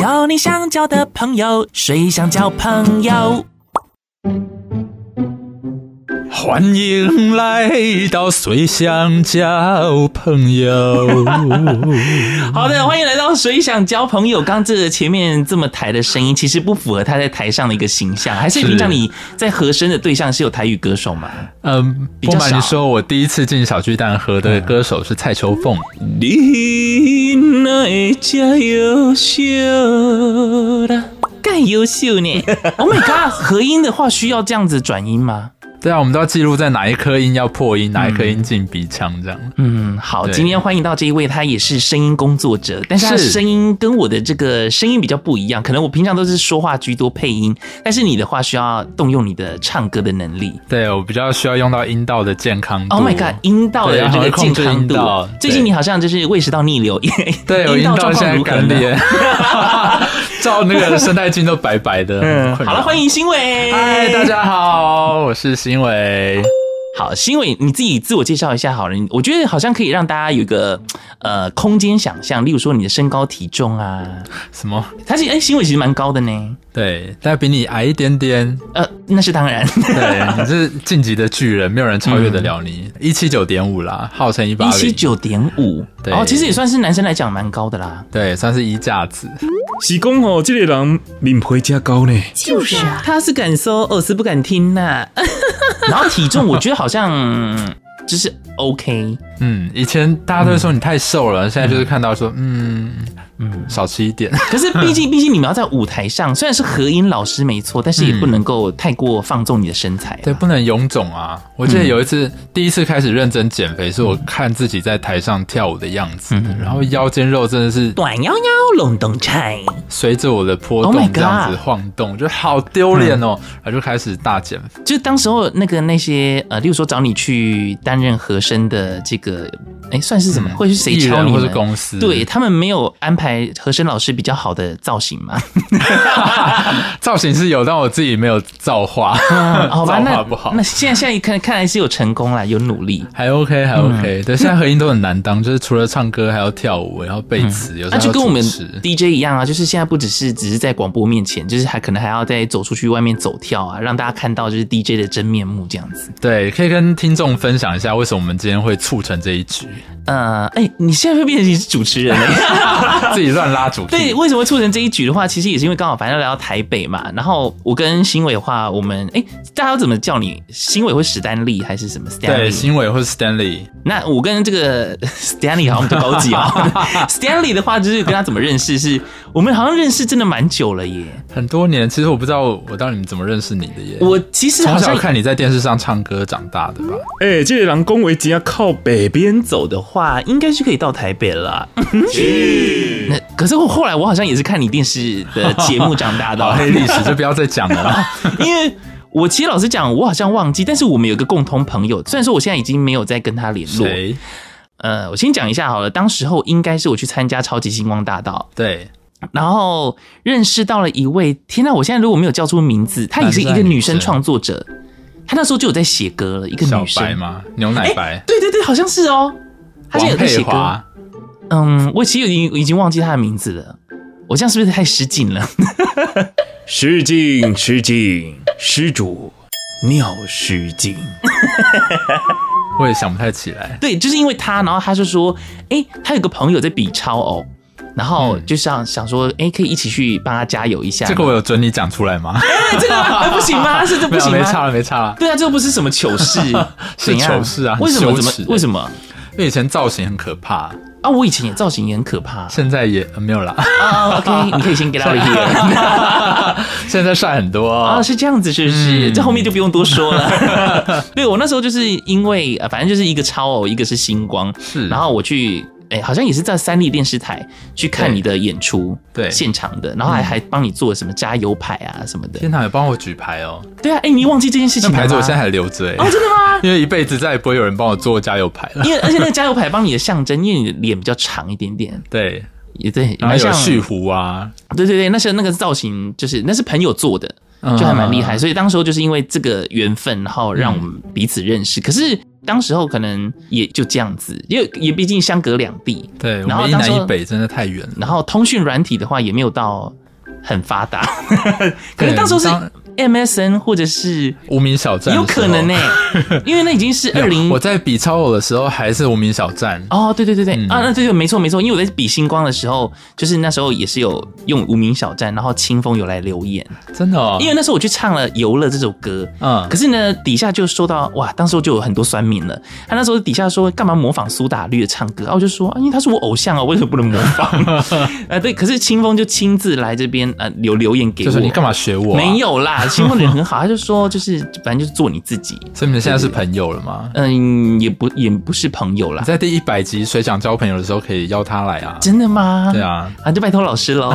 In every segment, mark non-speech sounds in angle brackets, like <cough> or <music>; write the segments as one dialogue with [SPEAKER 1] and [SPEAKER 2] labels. [SPEAKER 1] 交你想交的朋友，谁想交朋友？
[SPEAKER 2] 欢迎来到随想交
[SPEAKER 1] <laughs>
[SPEAKER 2] 朋友。
[SPEAKER 1] 好的，欢迎来到谁想交朋友。刚这前面这么台的声音，其实不符合他在台上的一个形象。还是
[SPEAKER 2] 是
[SPEAKER 1] 平常你在和声的对象是有台语歌手吗？
[SPEAKER 2] 嗯，
[SPEAKER 1] 比
[SPEAKER 2] 不
[SPEAKER 1] 较
[SPEAKER 2] 瞒你
[SPEAKER 1] 少
[SPEAKER 2] 说，我第一次进小巨蛋河的歌手是蔡秋凤。
[SPEAKER 1] 嗯你哪会这优秀 <laughs> 啦？更优秀呢 <laughs> ！Oh my god，合音的话需要这样子转音吗？
[SPEAKER 2] 对啊，我们都要记录在哪一颗音要破音，哪一颗音进鼻腔这样。
[SPEAKER 1] 嗯，好，
[SPEAKER 2] 对
[SPEAKER 1] 今天欢迎到这一位，他也是声音工作者，但是他的
[SPEAKER 2] 是
[SPEAKER 1] 声音跟我的这个声音比较不一样，可能我平常都是说话居多配音，但是你的话需要动用你的唱歌的能力。
[SPEAKER 2] 对我比较需要用到阴道的健康度。
[SPEAKER 1] Oh my god，阴道的这个健
[SPEAKER 2] 对要
[SPEAKER 1] 康
[SPEAKER 2] 控制
[SPEAKER 1] 度
[SPEAKER 2] 阴道，
[SPEAKER 1] 最近
[SPEAKER 2] 对
[SPEAKER 1] 你好像就是胃食道逆流，
[SPEAKER 2] 对，我阴
[SPEAKER 1] 道
[SPEAKER 2] 道
[SPEAKER 1] 状
[SPEAKER 2] 现
[SPEAKER 1] 况如
[SPEAKER 2] 在
[SPEAKER 1] 何
[SPEAKER 2] 干
[SPEAKER 1] 呢？
[SPEAKER 2] 裂， <laughs> 照那个生态镜都白白的。
[SPEAKER 1] 嗯，好了，欢
[SPEAKER 2] 迎。
[SPEAKER 1] 迎新伟，
[SPEAKER 2] 嗨，大。家好，我是新伟。
[SPEAKER 1] 好，新伟，你自己自我介绍一下好了。你我觉得好像可以让大家有一个呃空间想象，例如说你的身高体重啊。
[SPEAKER 2] 什么？
[SPEAKER 1] 他其实哎，新伟其实蛮高的呢。
[SPEAKER 2] 对，但比你矮一点点。
[SPEAKER 1] 呃，那是当然。
[SPEAKER 2] 对，你是晋级的巨人，没有人超越得了你。一七九点五啦，号称一
[SPEAKER 1] 嗯
[SPEAKER 2] 八
[SPEAKER 1] 一七
[SPEAKER 2] 零，
[SPEAKER 1] 九点五，
[SPEAKER 2] 对
[SPEAKER 1] 哦，其实也算是男生来讲蛮高的啦。
[SPEAKER 2] 对，算是衣架子。
[SPEAKER 3] 是讲吼，这个人面皮真高呢。
[SPEAKER 4] 就是啊，
[SPEAKER 1] 他是敢说，耳是不敢听
[SPEAKER 2] <laughs>
[SPEAKER 1] 呐、然后体重，我觉得好像嗯就是 OK，
[SPEAKER 2] 嗯，以前大家都会说你太瘦了，现在就是看到说，嗯嗯，少吃一点。
[SPEAKER 1] 可是毕
[SPEAKER 2] <laughs>
[SPEAKER 1] 竟毕竟你们要在舞台上，虽然是合音老师没错，但是也不能够太过放纵你的身材。
[SPEAKER 2] 对，，不能臃肿啊！我记得有一次，第一次开始认真减肥，是我看自己在台上跳舞的样子，
[SPEAKER 1] 嗯
[SPEAKER 2] 然后腰间肉真的是
[SPEAKER 1] 短腰腰隆咚菜，
[SPEAKER 2] 随着我的波
[SPEAKER 1] Oh my
[SPEAKER 2] 动
[SPEAKER 1] God 嗯
[SPEAKER 2] 这样子晃动，就好丢脸哦！然后就开始大减肥。
[SPEAKER 1] 就是当时候那个那些呃，例如说找你去担任和声的这个，哎，算是什么？会是谁
[SPEAKER 2] 嗯艺
[SPEAKER 1] 敲
[SPEAKER 2] 人
[SPEAKER 1] 你
[SPEAKER 2] 或是
[SPEAKER 1] 们？
[SPEAKER 2] 公司？
[SPEAKER 1] 对，他们没有安排和声老师比较好的造型 <laughs> 吗？
[SPEAKER 2] 造型是有，但我自己没有造化，
[SPEAKER 1] 嗯好
[SPEAKER 2] <laughs>
[SPEAKER 1] 吧，
[SPEAKER 2] 造
[SPEAKER 1] 那
[SPEAKER 2] 化不好
[SPEAKER 1] 那现在现在看看来是有成功啦，有努力。
[SPEAKER 2] 还 OK，还 OK。对，
[SPEAKER 1] 嗯
[SPEAKER 2] 现在合音都很难当，就是除了唱歌，还要跳舞，然后背词，有时
[SPEAKER 1] 嗯那
[SPEAKER 2] 候还
[SPEAKER 1] 就
[SPEAKER 2] 要
[SPEAKER 1] 跟我们
[SPEAKER 2] 主持
[SPEAKER 1] DJ 一样啊，就是现在不只是只是在广播面前，就是还可能还要再走出去外面走跳啊，让大家看到就是 DJ 的真面目这样子。
[SPEAKER 2] 对，可以跟听众分享一下为什么我们今天会促成这
[SPEAKER 1] <laughs>
[SPEAKER 2] 一局，
[SPEAKER 1] 呃，哎、你现在会变成你是主持人了、 <laughs>
[SPEAKER 2] 自己乱拉主题。
[SPEAKER 1] 对，为什么会促成这一局的话，其实也是因为刚好反正来到台北嘛，然后我跟新伟的话，我们哎、大家要怎么叫你？新伟或史丹利还是什么
[SPEAKER 2] 对，
[SPEAKER 1] ？Stanley？
[SPEAKER 2] 新伟或是 Stanley，
[SPEAKER 1] 那我跟这个 <laughs> Stanley 好像比较高级
[SPEAKER 2] <laughs>
[SPEAKER 1] 哦。Stanley 的话，就是跟他怎么认识是，我们好像认识真的蛮久了耶。
[SPEAKER 2] 很多年，其实我不知道我到底怎么认识你的耶。
[SPEAKER 1] 我其实好
[SPEAKER 2] 从
[SPEAKER 1] 像
[SPEAKER 2] 小看你在电视上唱歌长大的吧？
[SPEAKER 3] 哎、这个人讲话真靠北边走。
[SPEAKER 1] 走的话，应该是可以到台北了
[SPEAKER 2] 嗯
[SPEAKER 1] 啊。那可是我后来我好像也是看你电视的节目长大的哦
[SPEAKER 2] <laughs> 好，，黑历史就不要再讲了。
[SPEAKER 1] <laughs> 因为。我其实老实讲，我好像忘记，但是我们有一个共同朋友，虽然说我现在已经没有再跟他联络。
[SPEAKER 2] 谁？
[SPEAKER 1] 呃，我先讲一下好了，当时候应该是我去参加超级星光大道，
[SPEAKER 2] 对，
[SPEAKER 1] 然后认识到了一位，天呐！我现在如果没有叫出名字，她也是一个女生创作者，她那时候就有在写歌了，一个
[SPEAKER 2] 小
[SPEAKER 1] 女
[SPEAKER 2] 白
[SPEAKER 1] 生。
[SPEAKER 2] 吗？牛奶白，
[SPEAKER 1] 对对对，好像是哦，她现在
[SPEAKER 2] 王
[SPEAKER 1] 有在
[SPEAKER 2] 佩
[SPEAKER 1] 写歌。
[SPEAKER 2] 华，
[SPEAKER 1] 嗯，我其实已经已经忘记她的名字了，我这样是不是太失敬
[SPEAKER 2] <laughs>
[SPEAKER 1] 了？
[SPEAKER 3] 失敬失敬，施主尿失禁。
[SPEAKER 2] 我也想不太起来。
[SPEAKER 1] 对，就是因为她，然后她就说，哎，她有个朋友在比超哦，然后就想、想说，哎，可以一起去帮她加油一下。
[SPEAKER 2] 嗯这个我有准你讲出
[SPEAKER 1] <laughs>
[SPEAKER 2] 来吗？
[SPEAKER 1] 哎 <laughs> 这个
[SPEAKER 2] <laughs>
[SPEAKER 1] 哎不行吗？是这
[SPEAKER 2] 没
[SPEAKER 1] 不
[SPEAKER 2] 有
[SPEAKER 1] 行
[SPEAKER 2] 没
[SPEAKER 1] 吗？
[SPEAKER 2] 差了，没差了。
[SPEAKER 1] 对啊，这又不是什么糗事，
[SPEAKER 2] <laughs> 是
[SPEAKER 1] 怎样
[SPEAKER 2] 糗事啊很
[SPEAKER 1] 为什么？
[SPEAKER 2] 羞
[SPEAKER 1] 怎么
[SPEAKER 2] 耻？欸
[SPEAKER 1] 为什么？
[SPEAKER 2] 因为以前造型很可怕，
[SPEAKER 1] 啊，我以前也造型也很可
[SPEAKER 2] <laughs>
[SPEAKER 1] 怕。
[SPEAKER 2] 现在也呃没有啦。 <laughs>
[SPEAKER 1] 啊，OK，你可以先 get out of here。
[SPEAKER 2] 现在帅很多
[SPEAKER 1] 啊，
[SPEAKER 2] 哦。
[SPEAKER 1] 是这样子，是不是？
[SPEAKER 2] 嗯
[SPEAKER 1] 这后面就不用多说
[SPEAKER 2] <laughs>
[SPEAKER 1] 了。对我那时候就是因为，呃反正就是一个超偶，一个是星光，
[SPEAKER 2] 是
[SPEAKER 1] 然后我去。哎、好像也是在三立电视台去看
[SPEAKER 2] 嗯对
[SPEAKER 1] 你的演出，
[SPEAKER 2] 对嗯
[SPEAKER 1] 现场的，然后还、还帮你做什么加油牌啊什么的，
[SPEAKER 2] 天哪，有帮我举牌哦，
[SPEAKER 1] 对啊，哎、你忘记这件事情
[SPEAKER 2] 那
[SPEAKER 1] 了吗
[SPEAKER 2] 牌子我现在还留着欸
[SPEAKER 1] 哦，真的吗？
[SPEAKER 2] <laughs>
[SPEAKER 1] 嗯
[SPEAKER 2] 因为一辈子再也不会有人帮我做加油牌
[SPEAKER 1] <laughs>
[SPEAKER 2] 了。
[SPEAKER 1] 因为而且那个加油牌帮你的象征，因为你的脸比较长一点点，
[SPEAKER 2] 对，
[SPEAKER 1] 也对，
[SPEAKER 2] 然后
[SPEAKER 1] 蛮
[SPEAKER 2] 有
[SPEAKER 1] 像
[SPEAKER 2] 蓄胡啊，
[SPEAKER 1] 对对对，那是那个造型，就是那是朋友做的，
[SPEAKER 2] 嗯嗯
[SPEAKER 1] 就还蛮厉害。所以当时候就是因为这个缘分，然后让我们彼此认识。可是当时候可能也就这样子，因为也毕竟相隔两地，
[SPEAKER 2] 嗯对我
[SPEAKER 1] 然后
[SPEAKER 2] 们一
[SPEAKER 1] 当时
[SPEAKER 2] 南
[SPEAKER 1] 候
[SPEAKER 2] 一北真的太远了。
[SPEAKER 1] 然后通讯软体的话也没有到很发达，可
[SPEAKER 2] 对
[SPEAKER 1] 能到时候是
[SPEAKER 2] 当
[SPEAKER 1] MSN 或者是
[SPEAKER 2] 无名小站的时候
[SPEAKER 1] 有可能呢、
[SPEAKER 2] <laughs>
[SPEAKER 1] 因为那已经是
[SPEAKER 2] 没有
[SPEAKER 1] 二零
[SPEAKER 2] 我在比超偶的时候还是无名小站，
[SPEAKER 1] 哦，对对对对、
[SPEAKER 2] 嗯
[SPEAKER 1] 啊，那对对没错没错，因为我在比星光的时候，就是那时候也是有用无名小站，然后清风有来留言，
[SPEAKER 2] 真的哦，
[SPEAKER 1] 因为那时候我去唱了《游了》这首歌。
[SPEAKER 2] 嗯
[SPEAKER 1] 啊可，是呢，底下就收到哇，当时候就有很多酸民了。啊他那时候底下说干嘛模仿苏打绿的唱歌啊？我就说，啊因为他是我偶像啊，我为什么不能模
[SPEAKER 2] <laughs>
[SPEAKER 1] 仿？呃，对，可是清风就亲自来这边呃留留言给
[SPEAKER 2] 就
[SPEAKER 1] 我。
[SPEAKER 2] 是你干嘛啊学我？
[SPEAKER 1] 没，有
[SPEAKER 2] <laughs>
[SPEAKER 1] 啦，清风人很好，他就说就是反正就是做你自己，
[SPEAKER 2] 所以你们现在是朋友了吗？
[SPEAKER 1] 嗯，也不也不是朋友啦
[SPEAKER 2] <laughs> 你。在第一百集水想交朋友的时候可以邀他来啊。
[SPEAKER 1] 真的吗？
[SPEAKER 2] 对啊，
[SPEAKER 1] 啊，就拜托老师喽。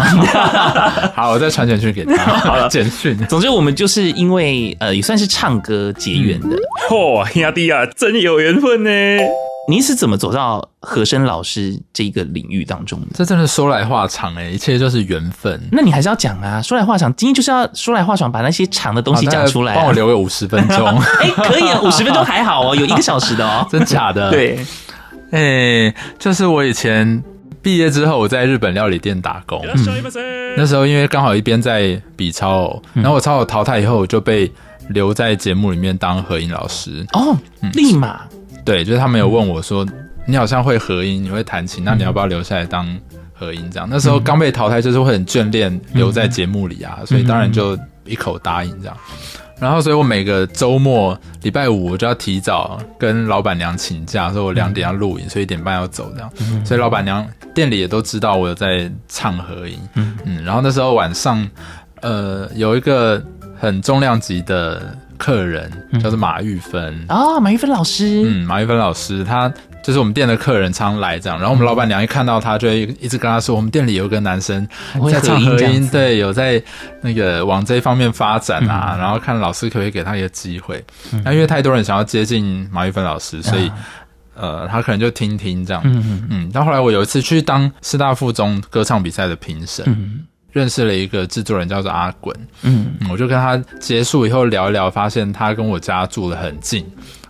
[SPEAKER 2] <laughs> 好，我再传简讯
[SPEAKER 1] <laughs>
[SPEAKER 2] 给他，简讯。
[SPEAKER 1] 总之，我们就是因为呃，也算是唱歌结缘
[SPEAKER 2] 嗯
[SPEAKER 1] 的。
[SPEAKER 3] 嚯、兄弟啊，真有缘分呢！
[SPEAKER 1] 你是怎么走到和声老师这个领域当中的？
[SPEAKER 2] 这真的说来话长哎、一切就是缘分。
[SPEAKER 1] 那你还是要讲啊，说来话长，今天就是要说来话长，把那些长的东西讲出来、
[SPEAKER 2] 好那
[SPEAKER 1] 啊
[SPEAKER 2] 帮我。留个五十分钟，
[SPEAKER 1] <laughs> 哎、可以
[SPEAKER 2] <laughs>。
[SPEAKER 1] 啊，五十分钟还好哦，有一个小时的哦
[SPEAKER 2] 真假的？，
[SPEAKER 3] 嗯
[SPEAKER 1] 对，
[SPEAKER 2] 哎、就是我以前毕业之后，我在日本料理店打工。
[SPEAKER 1] 嗯
[SPEAKER 2] 那时候因为刚好一边在比超偶，
[SPEAKER 1] 嗯
[SPEAKER 2] 然后我超偶淘汰以后，我就被留在节目里面当合音老师。
[SPEAKER 1] 哦，
[SPEAKER 2] 嗯
[SPEAKER 1] 立马
[SPEAKER 2] 对，就是他们有问我说，你好像会合音，你会弹琴，那你要不要留下来当合音？这样，那时候刚被淘汰，就是会很眷恋留在节目里啊，所以当然就一口答应这样。然后，所以我每个周末礼拜五我就要提早跟老板娘请假，说我两点要录影，所以一点半要走这样。所以老板娘店里也都知道我有在唱合音，嗯然后那时候晚上，呃，有一个很重量级的客人，叫做马玉芬，
[SPEAKER 1] 啊、马玉芬老师，
[SPEAKER 2] 嗯，马玉芬老师，他就是我们店的客人，常来这样。然后我们老板娘一看到他，就会一直跟他说，我们店里有一个男生
[SPEAKER 1] 会
[SPEAKER 2] 嗯在唱
[SPEAKER 1] 合音
[SPEAKER 2] 合
[SPEAKER 1] 这样
[SPEAKER 2] 音，
[SPEAKER 1] 子
[SPEAKER 2] 对，有在那个往这方面发展啊。
[SPEAKER 1] 嗯
[SPEAKER 2] 然后看老师可不可以给他一个机会。那、因为太多人想要接近马玉芬老师，所以、
[SPEAKER 1] 嗯
[SPEAKER 2] 呃，他可能就听听这样。嗯嗯。到后来我有一次去当师大附中歌唱比赛的评审，认识了一个制作人叫做阿滚。
[SPEAKER 1] 嗯，
[SPEAKER 2] 嗯我就跟他结束以后聊一聊，发现他跟我家住得很近，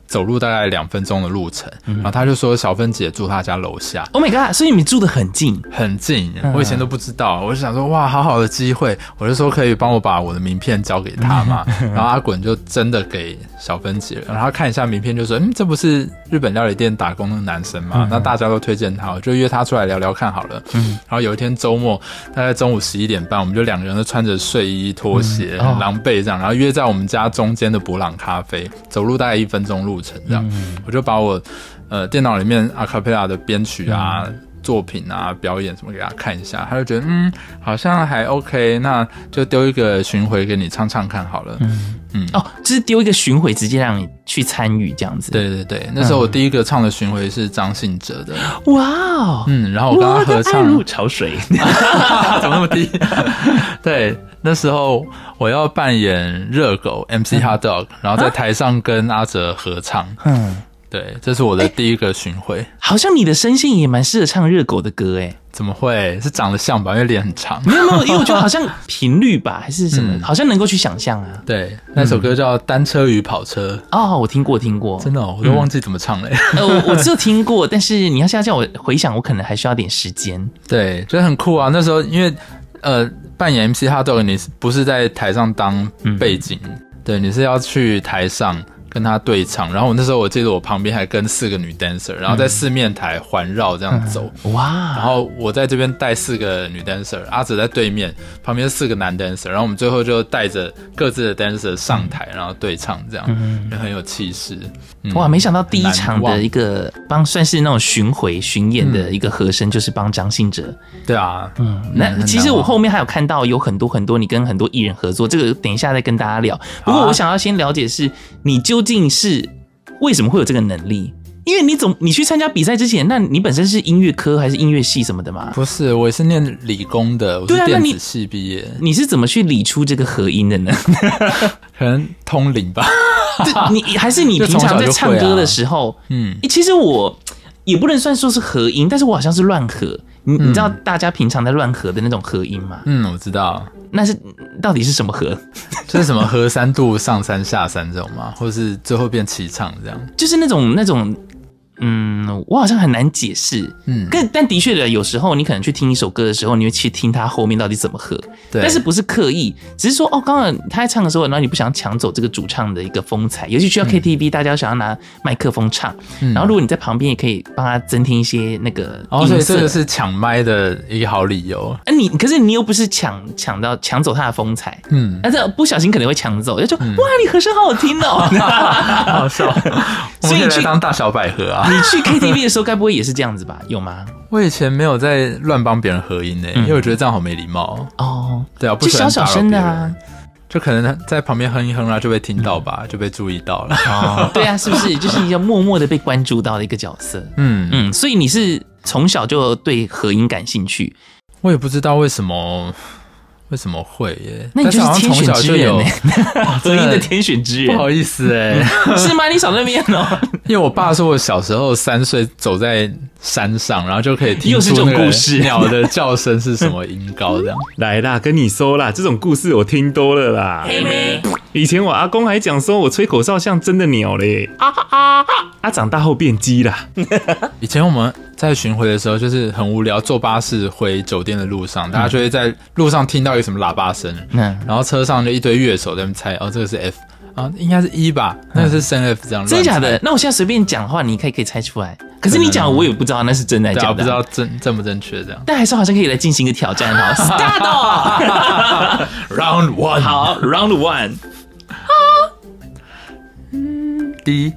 [SPEAKER 2] 走路大概两分钟的路程。
[SPEAKER 1] 嗯
[SPEAKER 2] 然后他就说小芬姐住他家楼下，
[SPEAKER 1] ，Oh my god！所以你们住的很近，
[SPEAKER 2] 很近，
[SPEAKER 1] 嗯
[SPEAKER 2] 我以前都不知道。我就想说哇，好好的机会，我就说可以帮我把我的名片交给
[SPEAKER 1] <laughs>
[SPEAKER 2] 他嘛。然后阿滚就真的给小芬姐了，然后他看一下名片就说，嗯，这不是日本料理店打工的男生嘛？
[SPEAKER 1] 嗯
[SPEAKER 2] 那大家都推荐他，我就约他出来聊聊看好了。然后有一天周末，大概中午十一点半，我们就两个人都穿着睡衣拖鞋，
[SPEAKER 1] 嗯哦
[SPEAKER 2] 很狼狈这样，然后约在我们家中间的博朗咖啡，走路大概一分钟路程这样。我就把我呃电脑里面阿卡贝拉的编曲啊。作品啊，表演什么给他看一下，他就觉得嗯，好像还 OK，那就丢一个巡回给你唱唱看好了。
[SPEAKER 1] 哦，就是丢一个巡回，直接让你去参与这样子。，
[SPEAKER 2] 对对对，那时候我第一个唱的巡回是张信哲的，
[SPEAKER 1] 哇哦，
[SPEAKER 2] 嗯，然后我跟他合
[SPEAKER 3] 爱
[SPEAKER 2] 唱，
[SPEAKER 3] 入潮水，
[SPEAKER 2] <laughs>
[SPEAKER 3] <laughs>
[SPEAKER 2] 怎么那么低？对，那时候我要扮演热狗 MC Hot Dog，、然后在台上跟阿哲合唱。
[SPEAKER 1] 嗯，
[SPEAKER 2] 对，这是我的第一个巡回。
[SPEAKER 1] 好像你的声线也蛮适合唱热狗的歌哎。
[SPEAKER 2] 怎么会？是长得像吧？因为脸很长。
[SPEAKER 1] 没有
[SPEAKER 2] <laughs>
[SPEAKER 1] 没有，因为我觉得好像频率吧，还是什么，
[SPEAKER 2] 嗯
[SPEAKER 1] 好像能够去想象啊。
[SPEAKER 2] 对，那首歌叫《单车与跑车》，
[SPEAKER 1] 哦，我听过听过，
[SPEAKER 2] 真的、哦，我都忘记怎么唱 <laughs> 了。
[SPEAKER 1] 呃，我我只有听过，但是你要现在叫我回想，我可能还需要点时间。
[SPEAKER 2] 对，觉得很酷啊。那时候因为呃，扮演 MC Hot Dog，你是不是在台上当背景？对，你是要去台上跟他对唱。然后我那时候我记得我旁边还跟四个女 dancer，然后在四面台环绕这样走。然
[SPEAKER 1] 哇，
[SPEAKER 2] 后我在这边带四个女 dancer，阿紫在对面，旁边四个男 dancer，然后我们最后就带着各自的 dancer 上台，然后对唱，这样、就很有气势。嗯
[SPEAKER 1] 嗯哇，没想到第一
[SPEAKER 2] 难
[SPEAKER 1] 场的
[SPEAKER 2] 忘
[SPEAKER 1] 一个帮算是那种巡回巡演的一个和声，就是帮张信哲。
[SPEAKER 2] 对啊，嗯，
[SPEAKER 1] 那其实我后面还有看到有很多很多你跟很多艺人合作，这个等一下再跟大家聊。不
[SPEAKER 2] 好
[SPEAKER 1] 过
[SPEAKER 2] 啊
[SPEAKER 1] 我想要先了解是，你究竟是为什么会有这个能力？因为你总你去参加比赛之前，那你本身是音乐科还是音乐系什么的嘛？
[SPEAKER 2] 不是，我是念理工的，我
[SPEAKER 1] 对
[SPEAKER 2] 是
[SPEAKER 1] 啊那
[SPEAKER 2] 电
[SPEAKER 1] 你
[SPEAKER 2] 子系毕业，
[SPEAKER 1] 你是怎么去理出这个合音的呢？ <laughs>
[SPEAKER 2] 可能通灵吧。 <laughs>
[SPEAKER 1] 这你还是你平常在唱歌的时候，
[SPEAKER 2] 嗯，
[SPEAKER 1] 欸其实我也不能算说是合音，但是我好像是乱合，你
[SPEAKER 2] 嗯
[SPEAKER 1] 你知道大家平常在乱合的那种合音吗？
[SPEAKER 2] 嗯，我知道，
[SPEAKER 1] 那是到底是什么合？
[SPEAKER 2] 就是什么和三度上三下三这种嘛，或是最后变齐唱这样。
[SPEAKER 1] 就是那种那种，嗯，我好像很难解释。嗯
[SPEAKER 2] 嗯，
[SPEAKER 1] 但但的确的，有时候你可能去听一首歌的时候，你会去听它后面到底怎么合。
[SPEAKER 2] 对
[SPEAKER 1] 但是不是刻意，只是说哦，刚刚他在唱的时候，然后你不想抢走这个主唱的一个风采，尤其
[SPEAKER 2] 嗯
[SPEAKER 1] 去到 KTV，、大家想要拿麦克风唱，然后如果你在旁边也可以帮他增添一些那个
[SPEAKER 2] 哦，所
[SPEAKER 1] 音
[SPEAKER 2] 以这
[SPEAKER 1] 色。
[SPEAKER 2] 个是抢麦的一个好理由。
[SPEAKER 1] 啊你可是你又不是抢抢到抢走他的风采， <laughs>
[SPEAKER 2] 嗯，
[SPEAKER 1] 但是不小心可能会抢走，就说、哇，你和声好好听
[SPEAKER 2] <laughs>
[SPEAKER 1] 哦。
[SPEAKER 2] 好笑。
[SPEAKER 1] 所
[SPEAKER 2] 所
[SPEAKER 1] 以
[SPEAKER 2] 以
[SPEAKER 1] 你去
[SPEAKER 2] 去当大小百合啊！
[SPEAKER 1] 你去 KTV 的时候，该不会也是这样子吧？有吗？
[SPEAKER 2] 我以前没有在乱帮别人合音呢、因为我觉得这样好没礼貌哦。
[SPEAKER 1] 哦，
[SPEAKER 2] 对啊，
[SPEAKER 1] 嗯
[SPEAKER 2] 不
[SPEAKER 1] 就
[SPEAKER 2] 喜
[SPEAKER 1] 小
[SPEAKER 2] 欢
[SPEAKER 1] 小
[SPEAKER 2] 打扰
[SPEAKER 1] 声的
[SPEAKER 2] 别
[SPEAKER 1] 啊
[SPEAKER 2] 人，。就可能在旁边哼一哼啦、就被听到吧，就被注意到了。
[SPEAKER 1] 嗯 <laughs> 哦，对啊，是不是就是要默默的被关注到的一个角色？
[SPEAKER 2] <laughs> 嗯，
[SPEAKER 1] 嗯，所以你是从小就对合音感兴趣，
[SPEAKER 2] 我也不知道为什么为什么会耶，
[SPEAKER 1] 那你就是
[SPEAKER 2] 但好像
[SPEAKER 1] 天
[SPEAKER 2] 从
[SPEAKER 1] 选
[SPEAKER 2] 小
[SPEAKER 1] 之
[SPEAKER 2] 就
[SPEAKER 1] 人
[SPEAKER 2] 有 <laughs> 哦
[SPEAKER 1] 呢、，合
[SPEAKER 2] 真
[SPEAKER 1] 音
[SPEAKER 2] 的
[SPEAKER 1] 的天选之
[SPEAKER 2] 不
[SPEAKER 1] 人，
[SPEAKER 2] 好意思哎、
[SPEAKER 1] 是吗？你少在那边哦，
[SPEAKER 2] <laughs> 因为我爸说我小时候三岁走在山上，然后就可以听
[SPEAKER 1] 又是这
[SPEAKER 2] 出
[SPEAKER 1] 种
[SPEAKER 2] 那个
[SPEAKER 1] 故事
[SPEAKER 2] 鸟的叫声是什么音高这样。
[SPEAKER 3] 来啦，跟你说啦，这种故事我听多了啦。以前我阿公还讲说我吹口哨像真的鸟嘞，啊啊啊！啊，长大后变鸡啦。
[SPEAKER 2] 以前我们在巡回的时候，就是很无聊，坐巴士回酒店的路上，大家就会在路上听到一个什么喇叭声，
[SPEAKER 1] 嗯
[SPEAKER 2] 然后车上就一堆乐手在那边猜，哦，这个是 F 啊，应该是一、吧，那个是升 F 这样，
[SPEAKER 1] 嗯真的假
[SPEAKER 2] 乱
[SPEAKER 1] 的？那我现在随便讲的话，你可以可以猜出来，可是你讲我也不知道那是真的还
[SPEAKER 2] 猜？
[SPEAKER 1] 是
[SPEAKER 2] 对啊，
[SPEAKER 1] 假
[SPEAKER 2] 不
[SPEAKER 1] 的
[SPEAKER 2] 知
[SPEAKER 1] 啊、
[SPEAKER 2] 道正正不正确这样。
[SPEAKER 1] 但还是好像可以来进行一个挑战 <laughs> 哈，Start！
[SPEAKER 2] Round one，
[SPEAKER 1] 好，Round One，
[SPEAKER 2] 第一，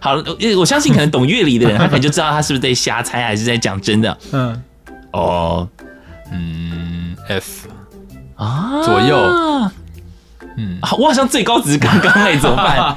[SPEAKER 1] 好，呃我相信可能懂乐理的人，他可能就知道他是不是在瞎猜还是在讲真的
[SPEAKER 2] 嗯
[SPEAKER 1] 哦
[SPEAKER 2] 嗯，F，
[SPEAKER 1] 啊
[SPEAKER 2] 左右
[SPEAKER 1] 嗯、啊，我好像最高只是刚刚哎，怎么
[SPEAKER 2] <laughs> 啊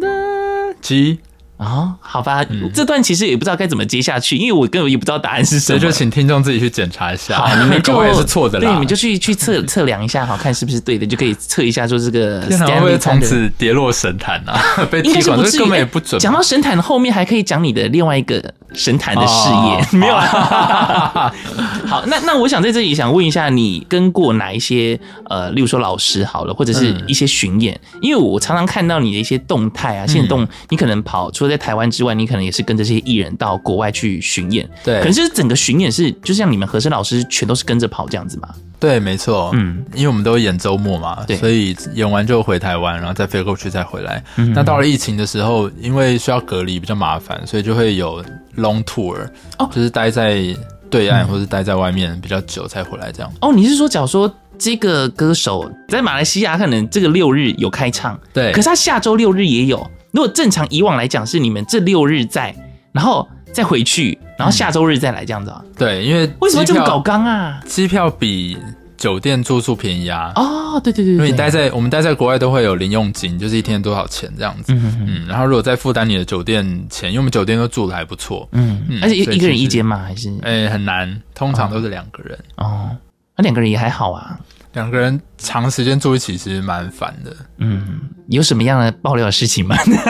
[SPEAKER 1] 办？
[SPEAKER 2] G，
[SPEAKER 1] 啊，好吧，
[SPEAKER 2] 嗯
[SPEAKER 1] 这段其实也不知道该怎么接下去，因为我根本也不知道答案是什
[SPEAKER 2] 所
[SPEAKER 1] 么。
[SPEAKER 2] 以就请听众自己去检查一下，
[SPEAKER 1] 好，你
[SPEAKER 2] <laughs>
[SPEAKER 1] 们
[SPEAKER 2] 搞不
[SPEAKER 1] <laughs> 就
[SPEAKER 2] 好也是错的啦。
[SPEAKER 1] 对，你们就去去测测量一下，好看是不是对的，就可以测一下说这个
[SPEAKER 2] 天哪会
[SPEAKER 1] Stanley
[SPEAKER 2] 不会
[SPEAKER 1] 餐
[SPEAKER 2] 从
[SPEAKER 1] 的。
[SPEAKER 2] 此跌落神坛啊？ <laughs> 被
[SPEAKER 1] 应该
[SPEAKER 2] 踢
[SPEAKER 1] 是
[SPEAKER 2] 馆，
[SPEAKER 1] 不
[SPEAKER 2] 这
[SPEAKER 1] 至于
[SPEAKER 2] 根本也
[SPEAKER 1] 哎
[SPEAKER 2] 不准吧。
[SPEAKER 1] 讲到神坛后面，还可以讲你的另外一个神坛的事
[SPEAKER 2] 哦
[SPEAKER 1] <laughs> 业，没有啦。 <laughs> 好，那那我想在这里想问一下，你跟过哪一些呃，例如说老师好了，或者是
[SPEAKER 2] 嗯
[SPEAKER 1] 一些巡演？因为我常常看到你的一些动态啊，现动，
[SPEAKER 2] 嗯
[SPEAKER 1] 你可能跑除了在台湾之外，你可能也是跟这些艺人到国外去巡演。
[SPEAKER 2] 对
[SPEAKER 1] 可能就是整个巡演是，就像你们和声老师全都是跟着跑这样子嘛。
[SPEAKER 2] 对，没错，
[SPEAKER 1] 嗯
[SPEAKER 2] 嗯，因为我们都演周末嘛
[SPEAKER 1] 对，
[SPEAKER 2] 所以演完就回台湾，然后再飞过去再回来。
[SPEAKER 1] 嗯
[SPEAKER 2] 那到了疫情的时候，因为需要隔离比较麻烦，所以就会有 long tour，、
[SPEAKER 1] 哦嗯
[SPEAKER 2] 就是待在对岸、或是待在外面比较久才回来这样。
[SPEAKER 1] 哦，你是说，假如说这个歌手在马来西亚可能这个六日有开唱，
[SPEAKER 2] 对
[SPEAKER 1] 可是他下周六日也有。如果正常以往来讲，是你们这六日在，然后再回去，然后下周日再来这样子啊？
[SPEAKER 2] 对，因为
[SPEAKER 1] 为什么要
[SPEAKER 2] 机
[SPEAKER 1] 这么
[SPEAKER 2] 票
[SPEAKER 1] 搞纲啊？
[SPEAKER 2] 嗯机票比酒店住宿便宜啊。
[SPEAKER 1] 哦，对对对
[SPEAKER 2] 因为
[SPEAKER 1] 对
[SPEAKER 2] 你
[SPEAKER 1] 对，
[SPEAKER 2] 待在我们待在国外都会有零用金，就是一天多少钱这样子。
[SPEAKER 1] 嗯
[SPEAKER 2] 嗯，然后如果再负担你的酒店钱，因为我们酒店都住的还不错，
[SPEAKER 1] 嗯嗯，
[SPEAKER 2] 嗯
[SPEAKER 1] 而且一
[SPEAKER 2] 所以
[SPEAKER 1] 一个人
[SPEAKER 2] 其实
[SPEAKER 1] 一间嘛，还是
[SPEAKER 2] 哎、很难，通常都是两个人。
[SPEAKER 1] 哦，那两个人也还好啊。
[SPEAKER 2] 两个人长时间住一起其实蛮烦的，
[SPEAKER 1] 嗯，有什么样的爆料的事情吗？ <laughs>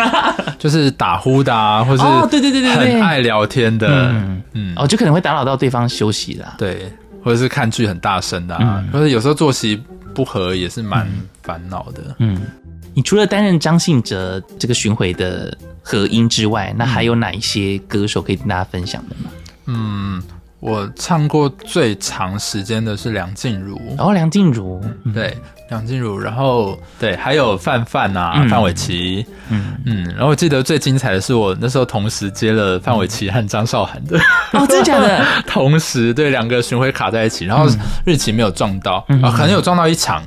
[SPEAKER 2] 就是打呼的啊，或是
[SPEAKER 1] 啊哦对对对对对
[SPEAKER 2] 很爱聊天的，
[SPEAKER 1] 嗯
[SPEAKER 2] 嗯
[SPEAKER 1] 哦，就可能会打扰到对方休息啦。
[SPEAKER 2] 对，或者是看剧很大声的、
[SPEAKER 1] 嗯
[SPEAKER 2] 啊，或者有时候作息不合也是蛮烦恼的。
[SPEAKER 1] 嗯，你除了担任张信哲这个巡回的合音之外，那还有哪一些歌手可以跟大家分享的吗？
[SPEAKER 2] 嗯，我唱过最长时间的是梁静茹，
[SPEAKER 1] 然后梁静茹，嗯
[SPEAKER 2] 对，梁静茹，然后对，还有范范啊，
[SPEAKER 1] 嗯
[SPEAKER 2] 范玮琪，
[SPEAKER 1] 嗯
[SPEAKER 2] 嗯然后我记得最精彩的是我那时候同时接了范玮琪和张韶涵的。
[SPEAKER 1] 哦，真的假的？
[SPEAKER 2] 同时对两个巡回卡在一起，然后日期没有撞到，啊、可能有撞到一场。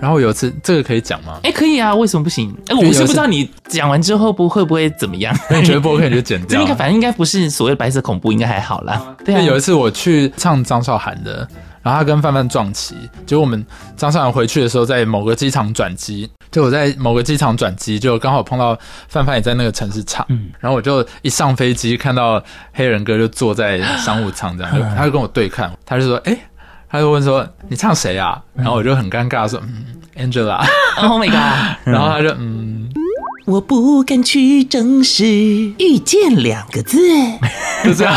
[SPEAKER 2] 然后有一次，这个可以讲吗？
[SPEAKER 1] 哎，可以啊，为什么不行？哎，我
[SPEAKER 2] 有一
[SPEAKER 1] 是不
[SPEAKER 2] 次
[SPEAKER 1] 知道你讲完之后不会不会怎么样。
[SPEAKER 2] 那你觉得不 OK 你就剪
[SPEAKER 1] 这
[SPEAKER 2] 掉
[SPEAKER 1] 应该。反正应该不是所谓的白色恐怖，应该还好啦。对
[SPEAKER 2] 就
[SPEAKER 1] 啊， <laughs>
[SPEAKER 2] 有一次我去唱张韶涵的，然后他跟范范撞齐，结果我们张韶涵回去的时候在某个机场转机，就我在某个机场转机，就刚好碰到范范也在那个城市唱，
[SPEAKER 1] 嗯
[SPEAKER 2] 然后我就一上飞机看到黑人哥就坐在商
[SPEAKER 1] 嗯
[SPEAKER 2] 务舱这样，就他就跟我对看，他就说，哎、他就问说你唱谁啊？然后我就很尴尬地说，嗯，Angela。
[SPEAKER 1] <laughs> Oh my god！
[SPEAKER 2] 然后他就嗯，
[SPEAKER 1] 我不敢去正视遇见两个字。
[SPEAKER 2] 就
[SPEAKER 1] <laughs>
[SPEAKER 2] 这样，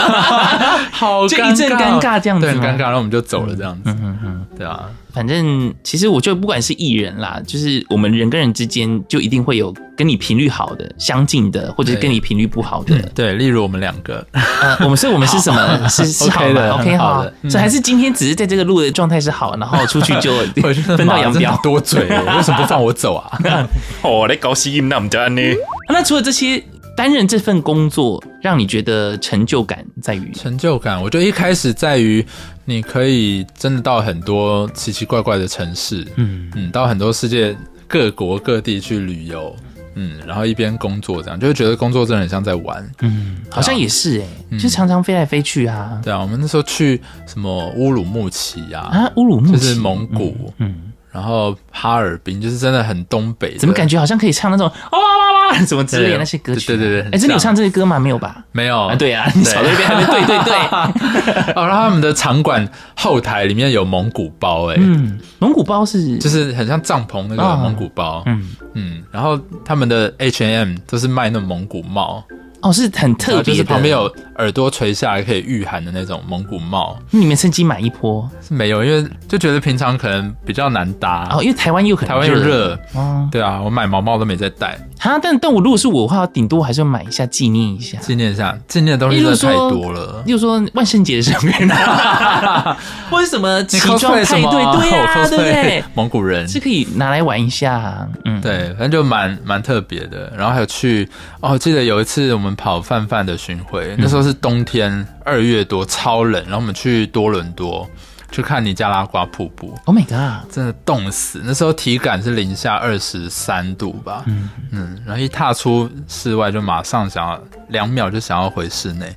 [SPEAKER 2] 好
[SPEAKER 1] 就一阵尴尬这样子
[SPEAKER 2] 对，很
[SPEAKER 1] 吗
[SPEAKER 2] 尴尬，然后我们就走了这样子，
[SPEAKER 1] 嗯嗯，
[SPEAKER 2] 对啊，
[SPEAKER 1] 反正其实我觉得不管是艺人啦，就是我们人跟人之间就一定会有跟你频率好的、相近的，或者是
[SPEAKER 2] 对
[SPEAKER 1] 跟你频率不好的。
[SPEAKER 2] 对，例如我们两个，
[SPEAKER 1] 呃，我们所以我们是什么？是是好
[SPEAKER 2] OK
[SPEAKER 1] 的
[SPEAKER 2] 的
[SPEAKER 1] ，OK
[SPEAKER 2] 很好
[SPEAKER 1] 好啊
[SPEAKER 2] 的嗯
[SPEAKER 1] 所以还是今天只是在这个路的状态是好，然后出去
[SPEAKER 2] <laughs>
[SPEAKER 1] 就
[SPEAKER 2] 我就觉得
[SPEAKER 1] 分道
[SPEAKER 2] 妈
[SPEAKER 1] 扬
[SPEAKER 2] 真的
[SPEAKER 1] 镳。
[SPEAKER 2] 多嘴哦，为什么不放我
[SPEAKER 1] <laughs>
[SPEAKER 2] 走啊？ <laughs>
[SPEAKER 3] 哦，你搞死音那我们就安呢？
[SPEAKER 1] 那除了这些，担任这份工作让你觉得成就感在于
[SPEAKER 2] 成就感，我觉得一开始在于你可以真的到很多奇奇怪怪的城市，
[SPEAKER 1] 嗯
[SPEAKER 2] 嗯，到很多世界各国各地去旅游，嗯，然后一边工作这样，就会觉得工作真的很像在玩。
[SPEAKER 1] 嗯，好像也是哎、
[SPEAKER 2] 嗯
[SPEAKER 1] 就常常飞来飞去啊
[SPEAKER 2] 对啊，我们那时候去什么乌鲁木齐呀、
[SPEAKER 1] 啊，乌鲁木
[SPEAKER 2] 就
[SPEAKER 1] 齐
[SPEAKER 2] 是蒙古，
[SPEAKER 1] 嗯，
[SPEAKER 2] 然后哈尔滨，就是真的很东北的。
[SPEAKER 1] 怎么感觉好像可以唱那种哦哇哇哇哇什么之类的
[SPEAKER 2] 对
[SPEAKER 1] 那些歌曲、
[SPEAKER 2] 对对对对很
[SPEAKER 1] 哎，真的有
[SPEAKER 2] 像
[SPEAKER 1] 唱
[SPEAKER 2] 哦
[SPEAKER 1] 这些歌吗？没有吧？
[SPEAKER 2] 没有
[SPEAKER 1] 啊，对啊， <laughs> 你少在那边还没对对对，
[SPEAKER 2] <laughs> 哦，然后他们的场馆后台里面有蒙古包、哎、
[SPEAKER 1] 嗯，蒙古包是
[SPEAKER 2] 就是很像帐篷那
[SPEAKER 1] 哦
[SPEAKER 2] 个蒙古包，
[SPEAKER 1] 嗯
[SPEAKER 2] 嗯，然后他们的 H M 都是卖那种蒙古帽，
[SPEAKER 1] 哦是很
[SPEAKER 2] 然
[SPEAKER 1] 特
[SPEAKER 2] 后啊就
[SPEAKER 1] 别
[SPEAKER 2] 是
[SPEAKER 1] 的，
[SPEAKER 2] 旁边有耳朵垂下来可以御寒的那种蒙古帽
[SPEAKER 1] 你们趁机买一波
[SPEAKER 2] 是没有，因为就觉得平常可能比较难搭，
[SPEAKER 1] 哦，因为台湾又很
[SPEAKER 2] 台湾又热，
[SPEAKER 1] 哦，
[SPEAKER 2] 对啊，我买毛帽都没在戴，
[SPEAKER 1] 哈，但但我如果是我的话，顶多还是要买一下纪念一下。
[SPEAKER 2] 纪念一下，纪念的东西
[SPEAKER 1] 例
[SPEAKER 2] 真
[SPEAKER 1] 如
[SPEAKER 2] 的太
[SPEAKER 1] 说
[SPEAKER 2] 多了。
[SPEAKER 1] 例如说万圣节的上面，
[SPEAKER 2] <laughs>
[SPEAKER 1] 或者什么奇
[SPEAKER 2] 你
[SPEAKER 1] 装
[SPEAKER 2] cosplay
[SPEAKER 1] 派
[SPEAKER 2] 什
[SPEAKER 1] 对，
[SPEAKER 2] 么啊？
[SPEAKER 1] 对啊，
[SPEAKER 2] <laughs> 我
[SPEAKER 1] 对不
[SPEAKER 2] cosplay
[SPEAKER 1] 对？
[SPEAKER 2] 蒙古人
[SPEAKER 1] 是可以拿来玩一下，嗯，
[SPEAKER 2] 对，反正就蛮蛮特别的。然后还有去哦，记得有一次我们跑范范的巡回，那时候是冬天，二月多，超冷。然后我们去多伦多去看尼加拉瓜瀑布，
[SPEAKER 1] ，Oh my god，
[SPEAKER 2] 真的冻死。那时候体感是零下二十三度吧，嗯然后一踏出室外就马上想要两秒就想要回室内，